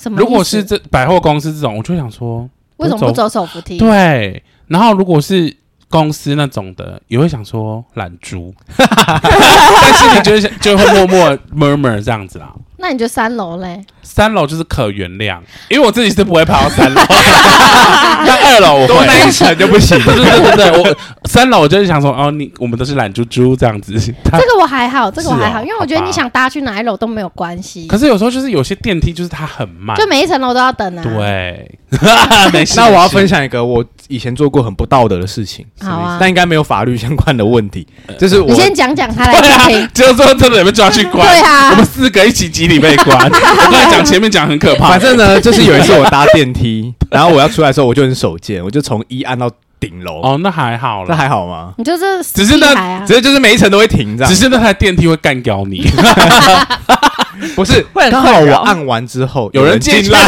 [SPEAKER 3] 什么意思？
[SPEAKER 1] 如果是这百货公司这种，我就会想说，
[SPEAKER 3] 为什么不走手扶
[SPEAKER 2] 啊
[SPEAKER 3] 梯？
[SPEAKER 1] 对，然后如果是。公司那种的也会想说懒猪， 但是你就会想就会默默 murmur 这样子啦。
[SPEAKER 3] 那你就三楼嘞。
[SPEAKER 1] 三楼就是可原谅，因为我自己是不会爬到三楼，但二楼我
[SPEAKER 2] 多那一
[SPEAKER 1] 会。
[SPEAKER 2] 层就不 行。
[SPEAKER 1] 对对对对，我三楼我就是想说，哦，你我们都是懒猪猪这样子。他
[SPEAKER 3] 这个我还好，这个我还好，
[SPEAKER 1] 是哦
[SPEAKER 3] 因为我觉得
[SPEAKER 1] 好吧
[SPEAKER 3] 你想搭去哪一楼都没有关系，
[SPEAKER 1] 可是有时候就是有些电梯就是它很慢，
[SPEAKER 3] 就每一层楼都要等啊。，
[SPEAKER 1] 对，
[SPEAKER 2] 啊
[SPEAKER 1] 没事。
[SPEAKER 2] 那我要
[SPEAKER 1] 没
[SPEAKER 2] 分享一个我以前做过很不道德的事情，呃
[SPEAKER 3] 好啊
[SPEAKER 2] 但应该没有法律相关的问题，就是我
[SPEAKER 3] 你先讲讲他来
[SPEAKER 1] 对
[SPEAKER 3] 听
[SPEAKER 1] 啊
[SPEAKER 3] 听，。
[SPEAKER 1] 就说真的有被抓去关，
[SPEAKER 3] 对啊
[SPEAKER 1] 我们四个一起集体被关。我刚才讲前面讲很可怕，
[SPEAKER 2] 反正呢，就是有一次我搭电梯，然后我要出来的时候，我就很手贱，我就从一按到顶楼，
[SPEAKER 1] 哦，那还好
[SPEAKER 2] 那
[SPEAKER 1] 了，
[SPEAKER 2] 还好吗？
[SPEAKER 3] 你就是死
[SPEAKER 2] 只是
[SPEAKER 3] 屁
[SPEAKER 2] 呢
[SPEAKER 3] 孩啊
[SPEAKER 2] 只，是就是每一层都会停这
[SPEAKER 1] 只
[SPEAKER 2] 样。
[SPEAKER 1] 是那台电梯会干掉你。
[SPEAKER 2] 不是
[SPEAKER 4] 会很
[SPEAKER 2] 刚好
[SPEAKER 4] 困
[SPEAKER 2] 我
[SPEAKER 4] 扰
[SPEAKER 2] 按完之后
[SPEAKER 1] 有人进
[SPEAKER 2] 进
[SPEAKER 1] 来，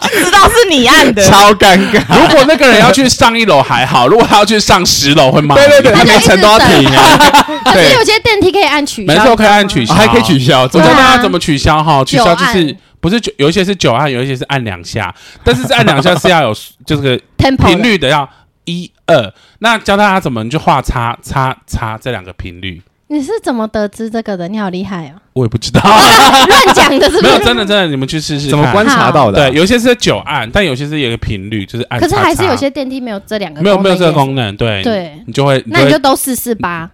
[SPEAKER 4] 知道是你按 的，
[SPEAKER 2] 超尴尬。
[SPEAKER 1] 如果那个人要去上一楼还好，如果他要去上十楼会骂你。
[SPEAKER 2] 对对对，他
[SPEAKER 3] 就
[SPEAKER 2] 每
[SPEAKER 3] 一直
[SPEAKER 2] 层都要
[SPEAKER 3] 等
[SPEAKER 2] 停啊，
[SPEAKER 3] 可
[SPEAKER 2] 对
[SPEAKER 3] 是有些电梯可以按取消，
[SPEAKER 1] 没错，可以按取消，
[SPEAKER 2] 哦还可以取。消，
[SPEAKER 1] 我
[SPEAKER 2] 真
[SPEAKER 1] 教
[SPEAKER 2] 的
[SPEAKER 3] 对啊
[SPEAKER 1] 大家怎么取消哈，取消就
[SPEAKER 3] 九
[SPEAKER 1] 是
[SPEAKER 3] 按
[SPEAKER 1] 不是九，有一些是九按，有一些是按两下，但是这按两下是要有就是 个
[SPEAKER 3] tempo
[SPEAKER 1] 频率的，要一二。那教大家怎么你就画叉叉叉这两个频率，
[SPEAKER 3] 你是怎么得知这个的？你好厉害哦！
[SPEAKER 1] 我也不知道，
[SPEAKER 3] 乱讲的是不
[SPEAKER 1] 没有
[SPEAKER 3] 是？
[SPEAKER 1] 真的真的，你们去试试看
[SPEAKER 2] 怎么观察到的啊？
[SPEAKER 1] 对，有些是九按，但有些是有一个频率，就是按
[SPEAKER 3] 可
[SPEAKER 1] 叉
[SPEAKER 3] 是
[SPEAKER 1] 叉。
[SPEAKER 3] 还是有些电梯没有这两个，
[SPEAKER 1] 没有没有这个。功能，对，
[SPEAKER 3] 对，
[SPEAKER 1] 你就会
[SPEAKER 3] 那你
[SPEAKER 1] 会
[SPEAKER 3] 就都试试 吧，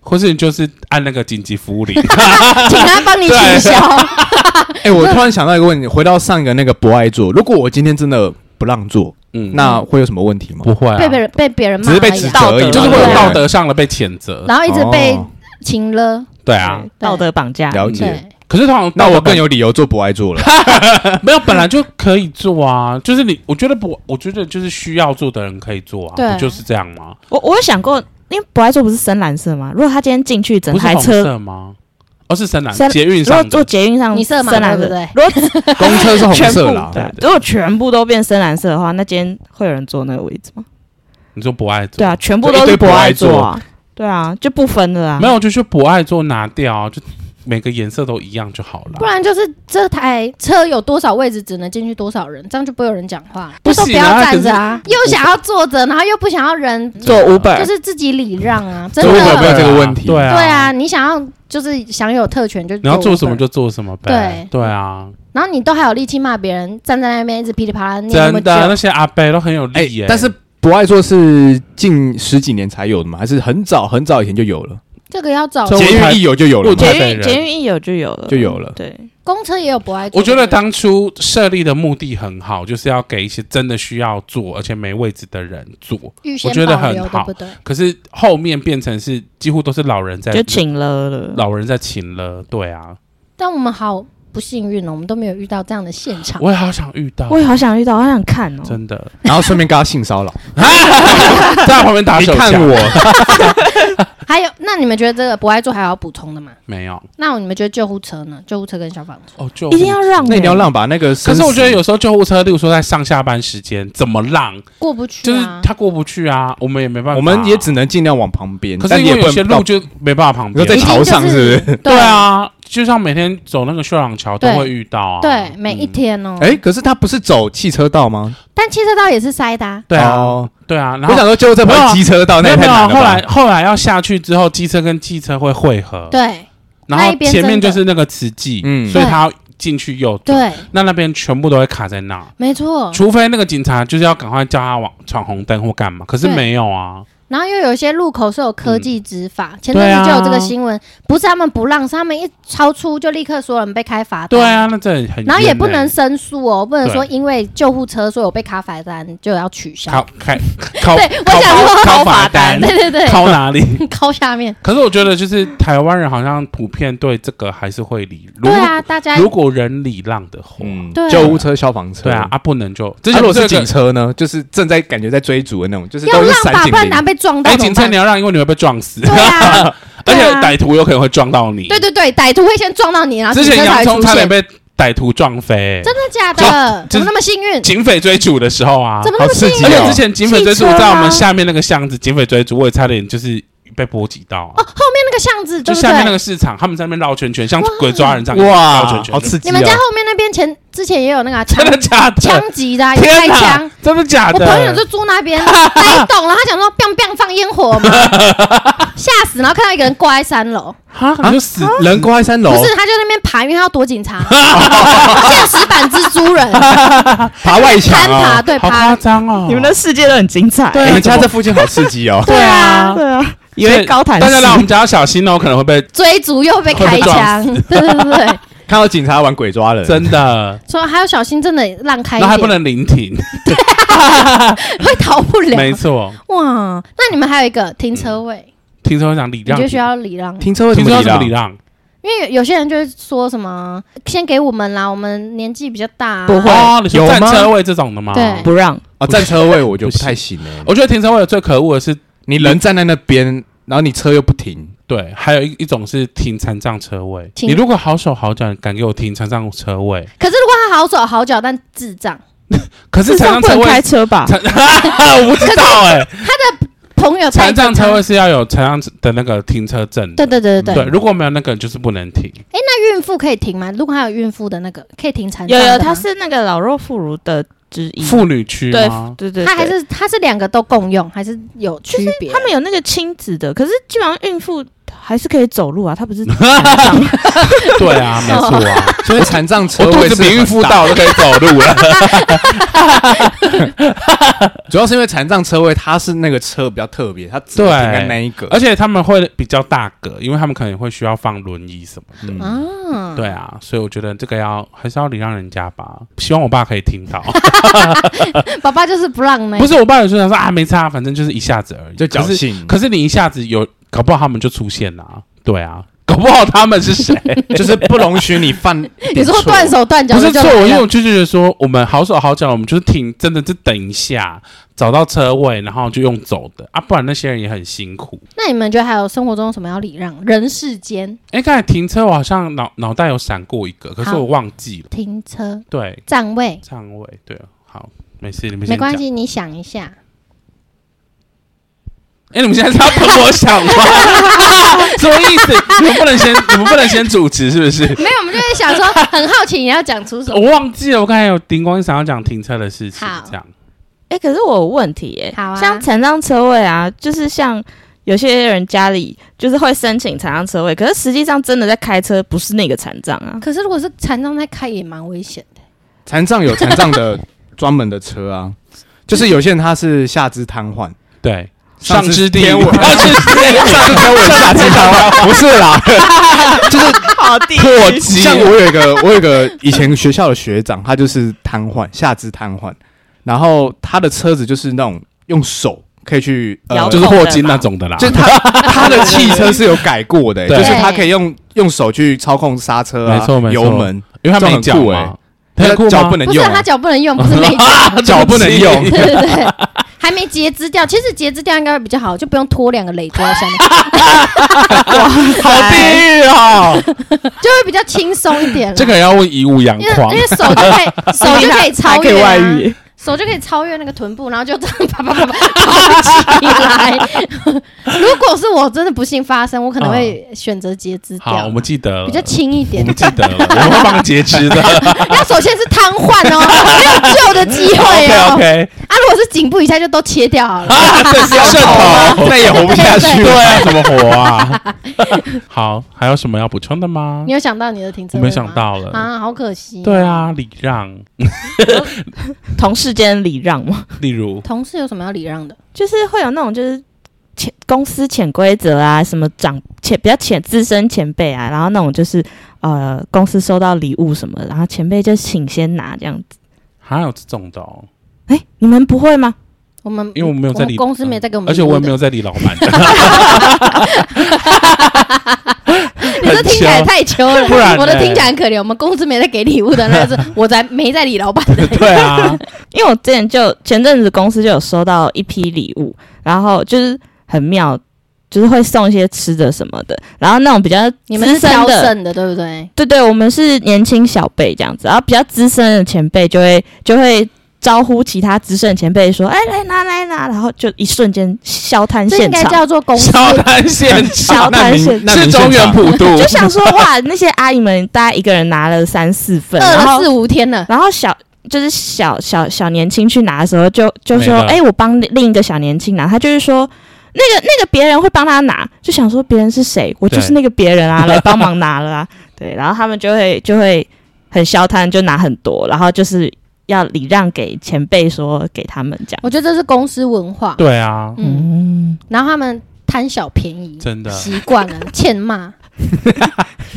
[SPEAKER 1] 或是你就是按那个紧急服务 铃，
[SPEAKER 3] 请他帮你取
[SPEAKER 1] 对
[SPEAKER 3] 消。
[SPEAKER 2] 哎，我突然想到一个问题，回到上一个那个不爱做，如果我今天真的不让做，
[SPEAKER 1] 嗯，
[SPEAKER 2] 那会有什么问题吗？
[SPEAKER 1] 不会啊
[SPEAKER 3] 被别人被别人
[SPEAKER 2] 只
[SPEAKER 3] 骂
[SPEAKER 2] 是被
[SPEAKER 3] 而已
[SPEAKER 2] 指
[SPEAKER 3] 啊
[SPEAKER 2] 责而已，
[SPEAKER 1] 就是会有
[SPEAKER 3] 对
[SPEAKER 1] 道，德上的被谴责，
[SPEAKER 3] 然后一直被
[SPEAKER 2] 哦
[SPEAKER 3] 请了，
[SPEAKER 1] 对啊。
[SPEAKER 4] 道德绑架。
[SPEAKER 2] 了
[SPEAKER 1] 嗯
[SPEAKER 2] 解。
[SPEAKER 3] 对，
[SPEAKER 1] 可是通常
[SPEAKER 2] 那
[SPEAKER 1] 道
[SPEAKER 2] 我
[SPEAKER 1] 德
[SPEAKER 2] 更有理由做不爱做 了。
[SPEAKER 1] 没有，本来就可以做啊，就是你，我觉得不，我觉得就是需要做的人可以做啊，
[SPEAKER 3] 对
[SPEAKER 1] 不就是这样吗？
[SPEAKER 4] 我我有想过，因为不爱做不是深蓝色吗？如果他今天进去整
[SPEAKER 1] 不是
[SPEAKER 4] 台
[SPEAKER 1] 红
[SPEAKER 4] 车，
[SPEAKER 1] 色吗？哦，是深蓝
[SPEAKER 4] 深
[SPEAKER 1] 捷运
[SPEAKER 4] 如果
[SPEAKER 1] 上
[SPEAKER 4] 坐
[SPEAKER 1] 的，
[SPEAKER 4] 捷运上
[SPEAKER 3] 你色
[SPEAKER 4] 深
[SPEAKER 3] 嘛
[SPEAKER 1] 哦
[SPEAKER 4] 蓝
[SPEAKER 3] 对
[SPEAKER 4] 色
[SPEAKER 3] 不，
[SPEAKER 4] 如果
[SPEAKER 2] 公车是红色啦，
[SPEAKER 1] 对
[SPEAKER 4] 对，如果全部都变深蓝色的话，那今天会有人坐那个位置吗？
[SPEAKER 1] 你说不爱做，
[SPEAKER 4] 对啊，全部
[SPEAKER 2] 就一
[SPEAKER 4] 都
[SPEAKER 2] 堆
[SPEAKER 4] 是
[SPEAKER 2] 不爱
[SPEAKER 4] 爱
[SPEAKER 2] 做
[SPEAKER 4] 做啊，对啊，就不分了啊。
[SPEAKER 1] 没有就是不爱做拿掉啊，就每个颜色都一样就好了。
[SPEAKER 3] 不然就是这台车有多少位置，只能进去多少人，这样就不会有人讲话，
[SPEAKER 1] 不
[SPEAKER 3] 就都
[SPEAKER 1] 行
[SPEAKER 3] 不
[SPEAKER 1] 啊
[SPEAKER 3] 要
[SPEAKER 1] 可
[SPEAKER 3] 站
[SPEAKER 1] 是
[SPEAKER 3] 着啊，又想要坐着，然后又不想要人，
[SPEAKER 4] 做
[SPEAKER 3] 就
[SPEAKER 4] Uber，
[SPEAKER 3] 是自己礼让
[SPEAKER 1] 哎
[SPEAKER 3] 啊，真
[SPEAKER 2] 所以我有没有
[SPEAKER 3] 的。
[SPEAKER 2] 这个问题？
[SPEAKER 1] 对
[SPEAKER 3] 对
[SPEAKER 1] 啊，
[SPEAKER 3] 啊，你想要就是享有特权就
[SPEAKER 1] 你要做什么
[SPEAKER 3] Uber
[SPEAKER 1] 就做什么呗。对啊，
[SPEAKER 3] 然后你都还有力气骂别人，站在那边一直噼里啪啦念那
[SPEAKER 1] 真
[SPEAKER 3] 么
[SPEAKER 1] 的那
[SPEAKER 3] 久，
[SPEAKER 1] 些阿伯都很有
[SPEAKER 2] 哎
[SPEAKER 1] 力耶，
[SPEAKER 2] 但是不爱做是近十几年才有的吗？还是很早很早以前就有了？
[SPEAKER 3] 这个要找
[SPEAKER 1] 这我
[SPEAKER 2] 捷
[SPEAKER 1] 才
[SPEAKER 2] 运一有就有了
[SPEAKER 1] 我
[SPEAKER 2] 吗，
[SPEAKER 1] 才
[SPEAKER 4] 捷
[SPEAKER 1] 台北人
[SPEAKER 4] 运捷运一有就有了，
[SPEAKER 2] 就有了
[SPEAKER 4] 对，
[SPEAKER 3] 公车也有不爱坐
[SPEAKER 1] 我
[SPEAKER 3] 的
[SPEAKER 1] 觉
[SPEAKER 3] 人。
[SPEAKER 1] 得当初设立的目的很好，就是要给一些真的需要做而且没位置的人做。
[SPEAKER 3] 预先
[SPEAKER 1] 我觉得
[SPEAKER 3] 保
[SPEAKER 1] 很
[SPEAKER 3] 留对
[SPEAKER 1] 好
[SPEAKER 3] 不对？
[SPEAKER 1] 可是后面变成是几乎都是老人在
[SPEAKER 4] 就请了了。
[SPEAKER 1] 老人在请了，对啊，
[SPEAKER 3] 但我们好不幸运哦，我们都没有遇到这样的现场。
[SPEAKER 1] 我也好想遇到
[SPEAKER 4] 啊我，也好想遇到，好想看哦。
[SPEAKER 1] 真 的
[SPEAKER 2] 然后顺便跟他性骚扰。
[SPEAKER 1] 在旁边打
[SPEAKER 2] 你
[SPEAKER 1] 手
[SPEAKER 2] 看
[SPEAKER 1] 枪，
[SPEAKER 2] 我，
[SPEAKER 3] 还有，那你们觉得这个不爱做还有要补充的吗？
[SPEAKER 1] 没有
[SPEAKER 3] 那你们觉得救护车呢？救护车跟消防车，
[SPEAKER 1] 哦，就
[SPEAKER 4] 一定要。让，
[SPEAKER 2] 那你要。让把那个
[SPEAKER 1] 可
[SPEAKER 2] 生死。
[SPEAKER 1] 是我觉得有时候救护车，例如说在上下班时间，怎么让？
[SPEAKER 3] 过不去
[SPEAKER 1] 就是
[SPEAKER 3] 啊。
[SPEAKER 1] 他过不去啊，我们也没办法，
[SPEAKER 2] 我们也只。能尽量往旁边，
[SPEAKER 1] 可
[SPEAKER 2] 但
[SPEAKER 1] 是因
[SPEAKER 2] 也
[SPEAKER 1] 为
[SPEAKER 2] 不
[SPEAKER 1] 有
[SPEAKER 2] 能
[SPEAKER 1] 些
[SPEAKER 2] 到
[SPEAKER 1] 路就没办法旁
[SPEAKER 2] 你说
[SPEAKER 1] 边，
[SPEAKER 2] 在桥上
[SPEAKER 3] 一定
[SPEAKER 2] 是
[SPEAKER 3] 就
[SPEAKER 2] 不是？
[SPEAKER 1] 对，啊，就像每天走那个秀朗桥都
[SPEAKER 3] 对
[SPEAKER 1] 会遇到啊。
[SPEAKER 3] 对，每一
[SPEAKER 1] 嗯
[SPEAKER 3] 天哦。
[SPEAKER 2] 哎，可是他不是走汽车道吗？
[SPEAKER 3] 但汽车道也是塞的啊。
[SPEAKER 1] 对啊，
[SPEAKER 2] 哦
[SPEAKER 1] 对啊。然
[SPEAKER 2] 我
[SPEAKER 1] 后
[SPEAKER 2] 想说救护车不
[SPEAKER 1] 没有
[SPEAKER 2] 会
[SPEAKER 1] 啊
[SPEAKER 2] 机车
[SPEAKER 1] 没
[SPEAKER 2] 道，那也
[SPEAKER 1] 有没
[SPEAKER 2] 太
[SPEAKER 1] 有，
[SPEAKER 2] 难了吧。
[SPEAKER 1] 后来后来要下去之后，机车跟汽车会汇合，
[SPEAKER 3] 对
[SPEAKER 1] 然
[SPEAKER 3] 那一
[SPEAKER 1] 后
[SPEAKER 3] 边
[SPEAKER 1] 前面
[SPEAKER 3] 真的
[SPEAKER 1] 就是那个慈济，
[SPEAKER 2] 嗯
[SPEAKER 1] 所以他要进去右转，
[SPEAKER 3] 对，哦
[SPEAKER 1] 那那边全部都会卡在那，
[SPEAKER 3] 没错。
[SPEAKER 1] 除非那个警察就是要赶快叫他往闯红灯或干嘛，可是
[SPEAKER 3] 对
[SPEAKER 1] 没有啊，
[SPEAKER 3] 然后又有一些路口是有科技执法，
[SPEAKER 1] 嗯
[SPEAKER 3] 前阵子就有这个新闻，不是他们不让，是他们一超出就立刻所有人被开罚单。
[SPEAKER 1] 对。啊，那这很
[SPEAKER 3] 然后也
[SPEAKER 1] 冤
[SPEAKER 3] 不
[SPEAKER 1] 欸
[SPEAKER 3] 能申诉哦，不能
[SPEAKER 1] 对
[SPEAKER 3] 说因为救护车说有被卡罚单就要取消。
[SPEAKER 1] 考开 考，
[SPEAKER 3] 对我想
[SPEAKER 1] 考
[SPEAKER 3] 说
[SPEAKER 1] 考
[SPEAKER 4] 考
[SPEAKER 1] 罚
[SPEAKER 4] 罚
[SPEAKER 1] 单
[SPEAKER 4] 单
[SPEAKER 3] 对对对，
[SPEAKER 1] 考哪里？
[SPEAKER 3] 靠下面。
[SPEAKER 1] 可是我觉得就是台湾人好像普遍对这个还是会理，如
[SPEAKER 3] 对啊，大家
[SPEAKER 1] 如果人礼让的话，
[SPEAKER 2] 嗯
[SPEAKER 3] 对啊，
[SPEAKER 2] 救护车、消防车，
[SPEAKER 1] 对啊，啊不能就之
[SPEAKER 2] 之前
[SPEAKER 1] 前
[SPEAKER 2] 如果
[SPEAKER 1] 这
[SPEAKER 2] 是
[SPEAKER 1] 个
[SPEAKER 2] 警车呢，就是正在感觉在追逐的那种，就是
[SPEAKER 3] 要
[SPEAKER 2] 都是
[SPEAKER 3] 让
[SPEAKER 2] 闪
[SPEAKER 3] 吧，
[SPEAKER 2] 警
[SPEAKER 3] 不然
[SPEAKER 2] 铃
[SPEAKER 3] 难。被撞到
[SPEAKER 1] 哎，
[SPEAKER 3] 怎
[SPEAKER 1] 警
[SPEAKER 3] 么
[SPEAKER 1] 车
[SPEAKER 3] 办。
[SPEAKER 1] 你要让，因为你会被撞死，
[SPEAKER 3] 对啊
[SPEAKER 1] 而且
[SPEAKER 3] 对啊
[SPEAKER 1] 歹徒有可能会撞到你。
[SPEAKER 3] 对对对，歹徒会先撞到你，然后
[SPEAKER 1] 之
[SPEAKER 3] 啊警
[SPEAKER 1] 前
[SPEAKER 3] 车
[SPEAKER 1] 洋
[SPEAKER 3] 才会
[SPEAKER 1] 葱
[SPEAKER 3] 出
[SPEAKER 1] 差点
[SPEAKER 3] 现。
[SPEAKER 1] 被歹徒撞飞，
[SPEAKER 3] 真的假
[SPEAKER 1] 撞
[SPEAKER 3] 的？
[SPEAKER 1] 就
[SPEAKER 3] 怎
[SPEAKER 1] 是
[SPEAKER 3] 么那么幸运？
[SPEAKER 1] 警匪追逐的时候啊，
[SPEAKER 3] 怎么
[SPEAKER 2] 好
[SPEAKER 3] 那么
[SPEAKER 2] 刺
[SPEAKER 3] 幸
[SPEAKER 2] 激
[SPEAKER 3] 运？
[SPEAKER 1] 而
[SPEAKER 2] 哦
[SPEAKER 1] 且之前警匪追逐
[SPEAKER 4] 汽车
[SPEAKER 1] 在
[SPEAKER 4] 吗
[SPEAKER 1] 我们下面那个巷子，警匪追逐我也差点就是被波及到啊
[SPEAKER 3] 哦，，后面那个巷子
[SPEAKER 1] 就
[SPEAKER 3] 对不
[SPEAKER 1] 下面那
[SPEAKER 3] 对？
[SPEAKER 1] 个市场，他们在那边绕圈圈，像
[SPEAKER 3] 哇
[SPEAKER 1] 鬼抓人这样
[SPEAKER 2] 哇
[SPEAKER 1] 绕圈，圈。
[SPEAKER 2] 好刺激！
[SPEAKER 3] 你
[SPEAKER 2] 啊
[SPEAKER 3] 们家后面那边前之前也有那个啊枪
[SPEAKER 1] 啊真的假的？
[SPEAKER 3] 枪击的啊，也
[SPEAKER 1] 天
[SPEAKER 3] 开枪
[SPEAKER 1] 哪。，真的假
[SPEAKER 3] 我
[SPEAKER 1] 的？
[SPEAKER 3] 朋友就住那边那一栋，然后他想说 biang biang 放烟火嘛， 吓死！然后看到一个人挂在三楼，
[SPEAKER 1] 哈，你就死
[SPEAKER 2] 人挂在三楼
[SPEAKER 3] 不，是他就在那边爬，因为他要躲 警察，像石板蜘蛛人啊
[SPEAKER 2] 爬外墙
[SPEAKER 3] 攀爬，
[SPEAKER 2] 啊！
[SPEAKER 3] 对
[SPEAKER 1] 好夸
[SPEAKER 3] 爬，！
[SPEAKER 1] 张哦！
[SPEAKER 4] 你们的世界都很精彩。
[SPEAKER 2] 哎
[SPEAKER 1] 对
[SPEAKER 2] 你们家这附近好刺激哦
[SPEAKER 3] 对啊，
[SPEAKER 4] 对啊，以
[SPEAKER 1] 所以
[SPEAKER 4] 为高谈
[SPEAKER 1] 大家
[SPEAKER 4] 市
[SPEAKER 1] 来我们家要小心哦，可能会被
[SPEAKER 3] 追逐又被开枪， 对对对对，
[SPEAKER 2] 看到警察玩鬼抓人，
[SPEAKER 1] 真的，
[SPEAKER 3] 所以还要小心，真的让开一
[SPEAKER 1] 然后还不
[SPEAKER 3] 点，
[SPEAKER 1] 能临停，
[SPEAKER 3] 会逃不了。
[SPEAKER 1] 没错。
[SPEAKER 3] 哇，那你们还有一个停车位，
[SPEAKER 1] 停车场礼
[SPEAKER 3] 你
[SPEAKER 1] 让，
[SPEAKER 3] 就需要礼让，
[SPEAKER 2] 停车位
[SPEAKER 1] 停车场怎么
[SPEAKER 2] 么
[SPEAKER 1] 礼
[SPEAKER 2] 理啊？
[SPEAKER 1] 让？
[SPEAKER 3] 因为有有些人就会说什么先给我们啦，我们年纪比较大啊，
[SPEAKER 4] 不会
[SPEAKER 1] 哦，你说
[SPEAKER 2] 有
[SPEAKER 1] 占
[SPEAKER 2] 吗
[SPEAKER 1] 车位这种的吗？
[SPEAKER 3] 对
[SPEAKER 4] 不让，
[SPEAKER 1] 不
[SPEAKER 2] 哦，
[SPEAKER 1] 是
[SPEAKER 2] 站车位我就不太行哎。
[SPEAKER 1] 我觉得停车位最可恶的是，
[SPEAKER 2] 你人站在那边，然后你车又不停，
[SPEAKER 1] 对，还有一一种是停残障车位。
[SPEAKER 3] 停
[SPEAKER 1] 你如果好手好脚，你敢给我停残障车位？
[SPEAKER 3] 可是如果他好手好脚，但智障，
[SPEAKER 1] 可是
[SPEAKER 4] 智
[SPEAKER 1] 残障
[SPEAKER 4] 障不
[SPEAKER 1] 车
[SPEAKER 4] 能
[SPEAKER 1] 位
[SPEAKER 4] 开，车吧？
[SPEAKER 1] 残 我不知道哎、
[SPEAKER 3] 朋友带
[SPEAKER 1] 残
[SPEAKER 3] 着
[SPEAKER 1] 障
[SPEAKER 3] 他
[SPEAKER 1] 车位是要有残障的那个停车证的。
[SPEAKER 3] 对对对对对。
[SPEAKER 1] 如果没有那个，就是不能停。
[SPEAKER 3] 那孕妇可以停吗？如果还有孕妇的那个，可以停残
[SPEAKER 4] 有
[SPEAKER 3] 障
[SPEAKER 4] 有，
[SPEAKER 3] 的吗
[SPEAKER 4] 他是那个老弱妇孺的之一。
[SPEAKER 1] 妇女区
[SPEAKER 4] 对
[SPEAKER 1] 吗？
[SPEAKER 4] 对对，
[SPEAKER 3] 他还
[SPEAKER 4] 对
[SPEAKER 3] 是他是两个都共用，还是有区别？
[SPEAKER 4] 他们有那个亲子的，可是基本上孕妇还是可以走路啊，她 不是长
[SPEAKER 1] 对啊，没错啊。
[SPEAKER 2] 所以残障车
[SPEAKER 1] 我肚
[SPEAKER 2] 位
[SPEAKER 1] 子
[SPEAKER 2] 是
[SPEAKER 1] 比孕妇
[SPEAKER 2] 很大
[SPEAKER 1] 大， 我都可以走路了。
[SPEAKER 2] 主要是因为残障车位它是那个车比较特别，它只能停在那一个，
[SPEAKER 1] 而且他们会比较大个，因为他们可能会需要放轮椅什么的。
[SPEAKER 2] 嗯
[SPEAKER 3] 啊，
[SPEAKER 1] 对啊，所以我觉得这个要还是要礼让人家吧。希望我爸可以听到，
[SPEAKER 3] 爸爸就是不让那
[SPEAKER 1] 不是我爸有时候想说啊，没差，反正就是一下子而已，
[SPEAKER 2] 就
[SPEAKER 1] 可
[SPEAKER 2] 侥
[SPEAKER 1] 是。
[SPEAKER 2] 幸，
[SPEAKER 1] 可是你一下子有，搞不好他们就出现了、对啊， 搞不好他们是 谁？
[SPEAKER 2] 就是不容许你犯一
[SPEAKER 3] 你
[SPEAKER 2] 点错。
[SPEAKER 3] 说断手断脚
[SPEAKER 1] 不是
[SPEAKER 3] 就
[SPEAKER 1] 错，我
[SPEAKER 3] 来
[SPEAKER 1] 因为
[SPEAKER 3] 了
[SPEAKER 1] 我就觉得说，我们好手好脚，我们就是停，真的就等一下找到车位，然后就用走的啊，不然那些人也很辛苦。
[SPEAKER 3] 那你们觉得还有生活中有什么要礼让？人世间
[SPEAKER 1] 哎，刚才停车我好像脑脑袋有闪过一个，可是
[SPEAKER 3] 好
[SPEAKER 1] 我忘记了。
[SPEAKER 3] 停车
[SPEAKER 1] 对，
[SPEAKER 3] 站位
[SPEAKER 1] 站位，对，好，没事，你们先
[SPEAKER 3] 没关
[SPEAKER 1] 讲。
[SPEAKER 3] 系，你想一下，
[SPEAKER 1] 哎，你们现在是要跟我想吗？ 什么意思？你们不能先，你们不能先主持是不是？
[SPEAKER 3] 没有，我们就会 想说很好奇你要讲出什么。
[SPEAKER 1] 我忘记了，我刚才有灵光一闪要讲停车的事情
[SPEAKER 3] 好，
[SPEAKER 1] 这样。
[SPEAKER 4] 哎、可是我有问题耶、
[SPEAKER 3] 好啊
[SPEAKER 4] 像残障车位啊，就是像有些人家里就是会申请残障车位，可是实际上真的在开车不是那个残障啊。
[SPEAKER 3] 可是如果是残障在开也蛮危险的，
[SPEAKER 2] 残障有残障的专门的车啊，就是有些人他是下肢瘫痪，
[SPEAKER 1] 对，
[SPEAKER 2] 上
[SPEAKER 1] 上肢
[SPEAKER 2] 肢
[SPEAKER 1] 地
[SPEAKER 2] 天
[SPEAKER 1] 狱，
[SPEAKER 2] 文
[SPEAKER 1] 上肢天文
[SPEAKER 2] 上肢车位下肢瘫痪，不是啦，就是
[SPEAKER 4] 好地
[SPEAKER 2] 破机。像我有一个，我有一个以前学校的学长，他就是瘫痪，下肢瘫痪，然后他的车子就是那种用手可以去
[SPEAKER 4] 遥
[SPEAKER 3] 啊
[SPEAKER 2] 呃，就
[SPEAKER 4] 控
[SPEAKER 1] 就是是霍金那种的啦。
[SPEAKER 2] 就是 他他的汽车是有改过的、
[SPEAKER 1] 啊对
[SPEAKER 2] 就是他可以用用手去操控刹车啊，
[SPEAKER 1] 没错没错
[SPEAKER 2] 油门，
[SPEAKER 1] 因为他没
[SPEAKER 2] 这
[SPEAKER 1] 脚
[SPEAKER 2] 很酷欸
[SPEAKER 1] 嘛，
[SPEAKER 2] 他
[SPEAKER 1] 很酷吗
[SPEAKER 2] 的脚不能
[SPEAKER 3] 不是
[SPEAKER 2] 用啊、
[SPEAKER 3] 他脚不能用，不是 那
[SPEAKER 2] 脚不能用
[SPEAKER 3] 对对对，还没截肢掉。其实截肢掉应该会比较好，就不用拖两个累赘 在下面，
[SPEAKER 1] 好地狱哦！
[SPEAKER 3] 就会比较轻松一点了。
[SPEAKER 1] 这个要问以武扬
[SPEAKER 3] 因为
[SPEAKER 1] 狂
[SPEAKER 3] 因，为手就 可以手就可以
[SPEAKER 4] 还
[SPEAKER 3] 超
[SPEAKER 4] 可以
[SPEAKER 3] 越、啊，
[SPEAKER 4] 外遇，
[SPEAKER 3] 手就可以超越那个臀部，然后就这样啪啪啪啪 跑起来。如果是我真的不幸发生，我可能会选择截肢掉，
[SPEAKER 1] 好，我们记得了
[SPEAKER 3] 比较轻一
[SPEAKER 1] 我
[SPEAKER 3] 点
[SPEAKER 1] 们。记得了，我们会帮截肢 的。哦
[SPEAKER 3] 那首先是瘫痪哦，没有救的机会
[SPEAKER 1] OK
[SPEAKER 3] 哦。
[SPEAKER 1] OK，
[SPEAKER 3] 啊，如果是颈部以下就都切掉好了。
[SPEAKER 1] 这是要啊渗透，
[SPEAKER 2] 那也活不下去
[SPEAKER 1] 对
[SPEAKER 2] 了。
[SPEAKER 1] 啊，怎么活啊？好，还有什么要补充的吗
[SPEAKER 3] 你？有想到你的停车
[SPEAKER 1] 我
[SPEAKER 3] 位
[SPEAKER 1] 没
[SPEAKER 3] 吗
[SPEAKER 1] 想到了。
[SPEAKER 3] 啊，好可惜。
[SPEAKER 1] 对，啊，礼让，
[SPEAKER 4] 同事间礼让嘛，
[SPEAKER 1] 例如
[SPEAKER 3] 同事有什么要礼让的？
[SPEAKER 4] 就是会有那种就是潜公司潜规则啊，什么长前比较潜资深前辈啊，然后那种就是呃公司收到礼物什么，然后前辈就请先拿这样子。
[SPEAKER 1] 还有这种的哦，
[SPEAKER 4] 哎、你们不会吗？
[SPEAKER 3] 我们
[SPEAKER 1] 因为我没有在
[SPEAKER 3] 我
[SPEAKER 1] 理嗯
[SPEAKER 3] 们公司没在给我们
[SPEAKER 1] 而且
[SPEAKER 3] 礼物
[SPEAKER 1] 我也
[SPEAKER 3] 的
[SPEAKER 1] 没有在理老 板。
[SPEAKER 3] 你这听起来太秋了，
[SPEAKER 1] 不然呢
[SPEAKER 3] 我的听起来很可怜。我们公司没在给礼物的，那 是我在没在理老板。
[SPEAKER 1] 对啊，
[SPEAKER 4] 因为我之前就前阵子公司就有收到一批礼物，然后就是很妙，就是会送一些吃的什么的，然后那种比较
[SPEAKER 3] 你们是
[SPEAKER 4] 资深
[SPEAKER 3] 挑
[SPEAKER 4] 的，
[SPEAKER 3] 剩的，对不对？
[SPEAKER 4] 对对，我们是年轻小辈这样子，然后比较资深的前辈就会就会招呼其他资深的前辈说：“哎，来拿来拿！”然后就一瞬间消摊
[SPEAKER 3] 这应
[SPEAKER 4] 现
[SPEAKER 3] 该
[SPEAKER 4] 场，
[SPEAKER 3] 叫做公司。
[SPEAKER 1] 小摊现
[SPEAKER 4] 小
[SPEAKER 1] 场
[SPEAKER 2] 那
[SPEAKER 4] 摊
[SPEAKER 2] 您
[SPEAKER 4] 现
[SPEAKER 2] 那
[SPEAKER 1] 是
[SPEAKER 2] 您
[SPEAKER 1] 中原
[SPEAKER 2] 现场
[SPEAKER 1] 普 渡，
[SPEAKER 4] 就想说哇，那些阿姨们大家一个人拿了三四份，
[SPEAKER 3] 饿
[SPEAKER 4] 然后
[SPEAKER 3] 了四五天了，
[SPEAKER 4] 然后小就是小小小年轻去拿的时候就，就
[SPEAKER 1] 没
[SPEAKER 4] 说
[SPEAKER 1] 了：“
[SPEAKER 4] 哎、我帮另一个小年轻拿。”他就是说。那个那个别人会帮他拿，就想说别人是谁，我就是
[SPEAKER 1] 对
[SPEAKER 4] 那个别人啊，来帮忙拿了啊， 对，然后他们就会就会很消摊，就拿很多，然后就是要礼让给前辈说给他们这样，
[SPEAKER 3] 我觉得这是公司文化。
[SPEAKER 1] 对啊，
[SPEAKER 3] 嗯，
[SPEAKER 4] 嗯，
[SPEAKER 3] 然后他们贪小便宜，
[SPEAKER 1] 真的
[SPEAKER 3] 习惯 了，欠骂。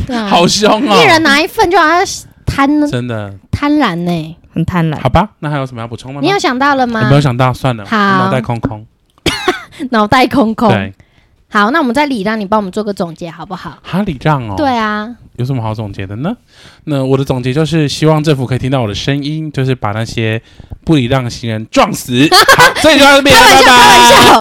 [SPEAKER 3] 对啊，
[SPEAKER 1] 好凶哦，
[SPEAKER 3] 一人拿一份就好像贪
[SPEAKER 1] 真的。
[SPEAKER 3] 贪婪呢。
[SPEAKER 4] 很贪婪。
[SPEAKER 1] 好吧，那还有什么要补充的吗？
[SPEAKER 3] 你有想到了
[SPEAKER 1] 我
[SPEAKER 3] 吗
[SPEAKER 1] 没？有想到，算了，
[SPEAKER 3] 好
[SPEAKER 1] 脑袋空空。
[SPEAKER 3] 脑袋空空
[SPEAKER 1] 对。，
[SPEAKER 3] 好，那我们再礼让你帮我们做个总结好不好？
[SPEAKER 1] 哈里让哦，
[SPEAKER 3] 对，啊，
[SPEAKER 1] 有什么好总结的呢？那我的总结就是，希望政府可以听到我的声音，就是把那些不礼让行人撞死。好，这里就到这边，
[SPEAKER 3] 开玩
[SPEAKER 1] 拜
[SPEAKER 3] 笑，开玩
[SPEAKER 1] 拜。
[SPEAKER 3] 笑。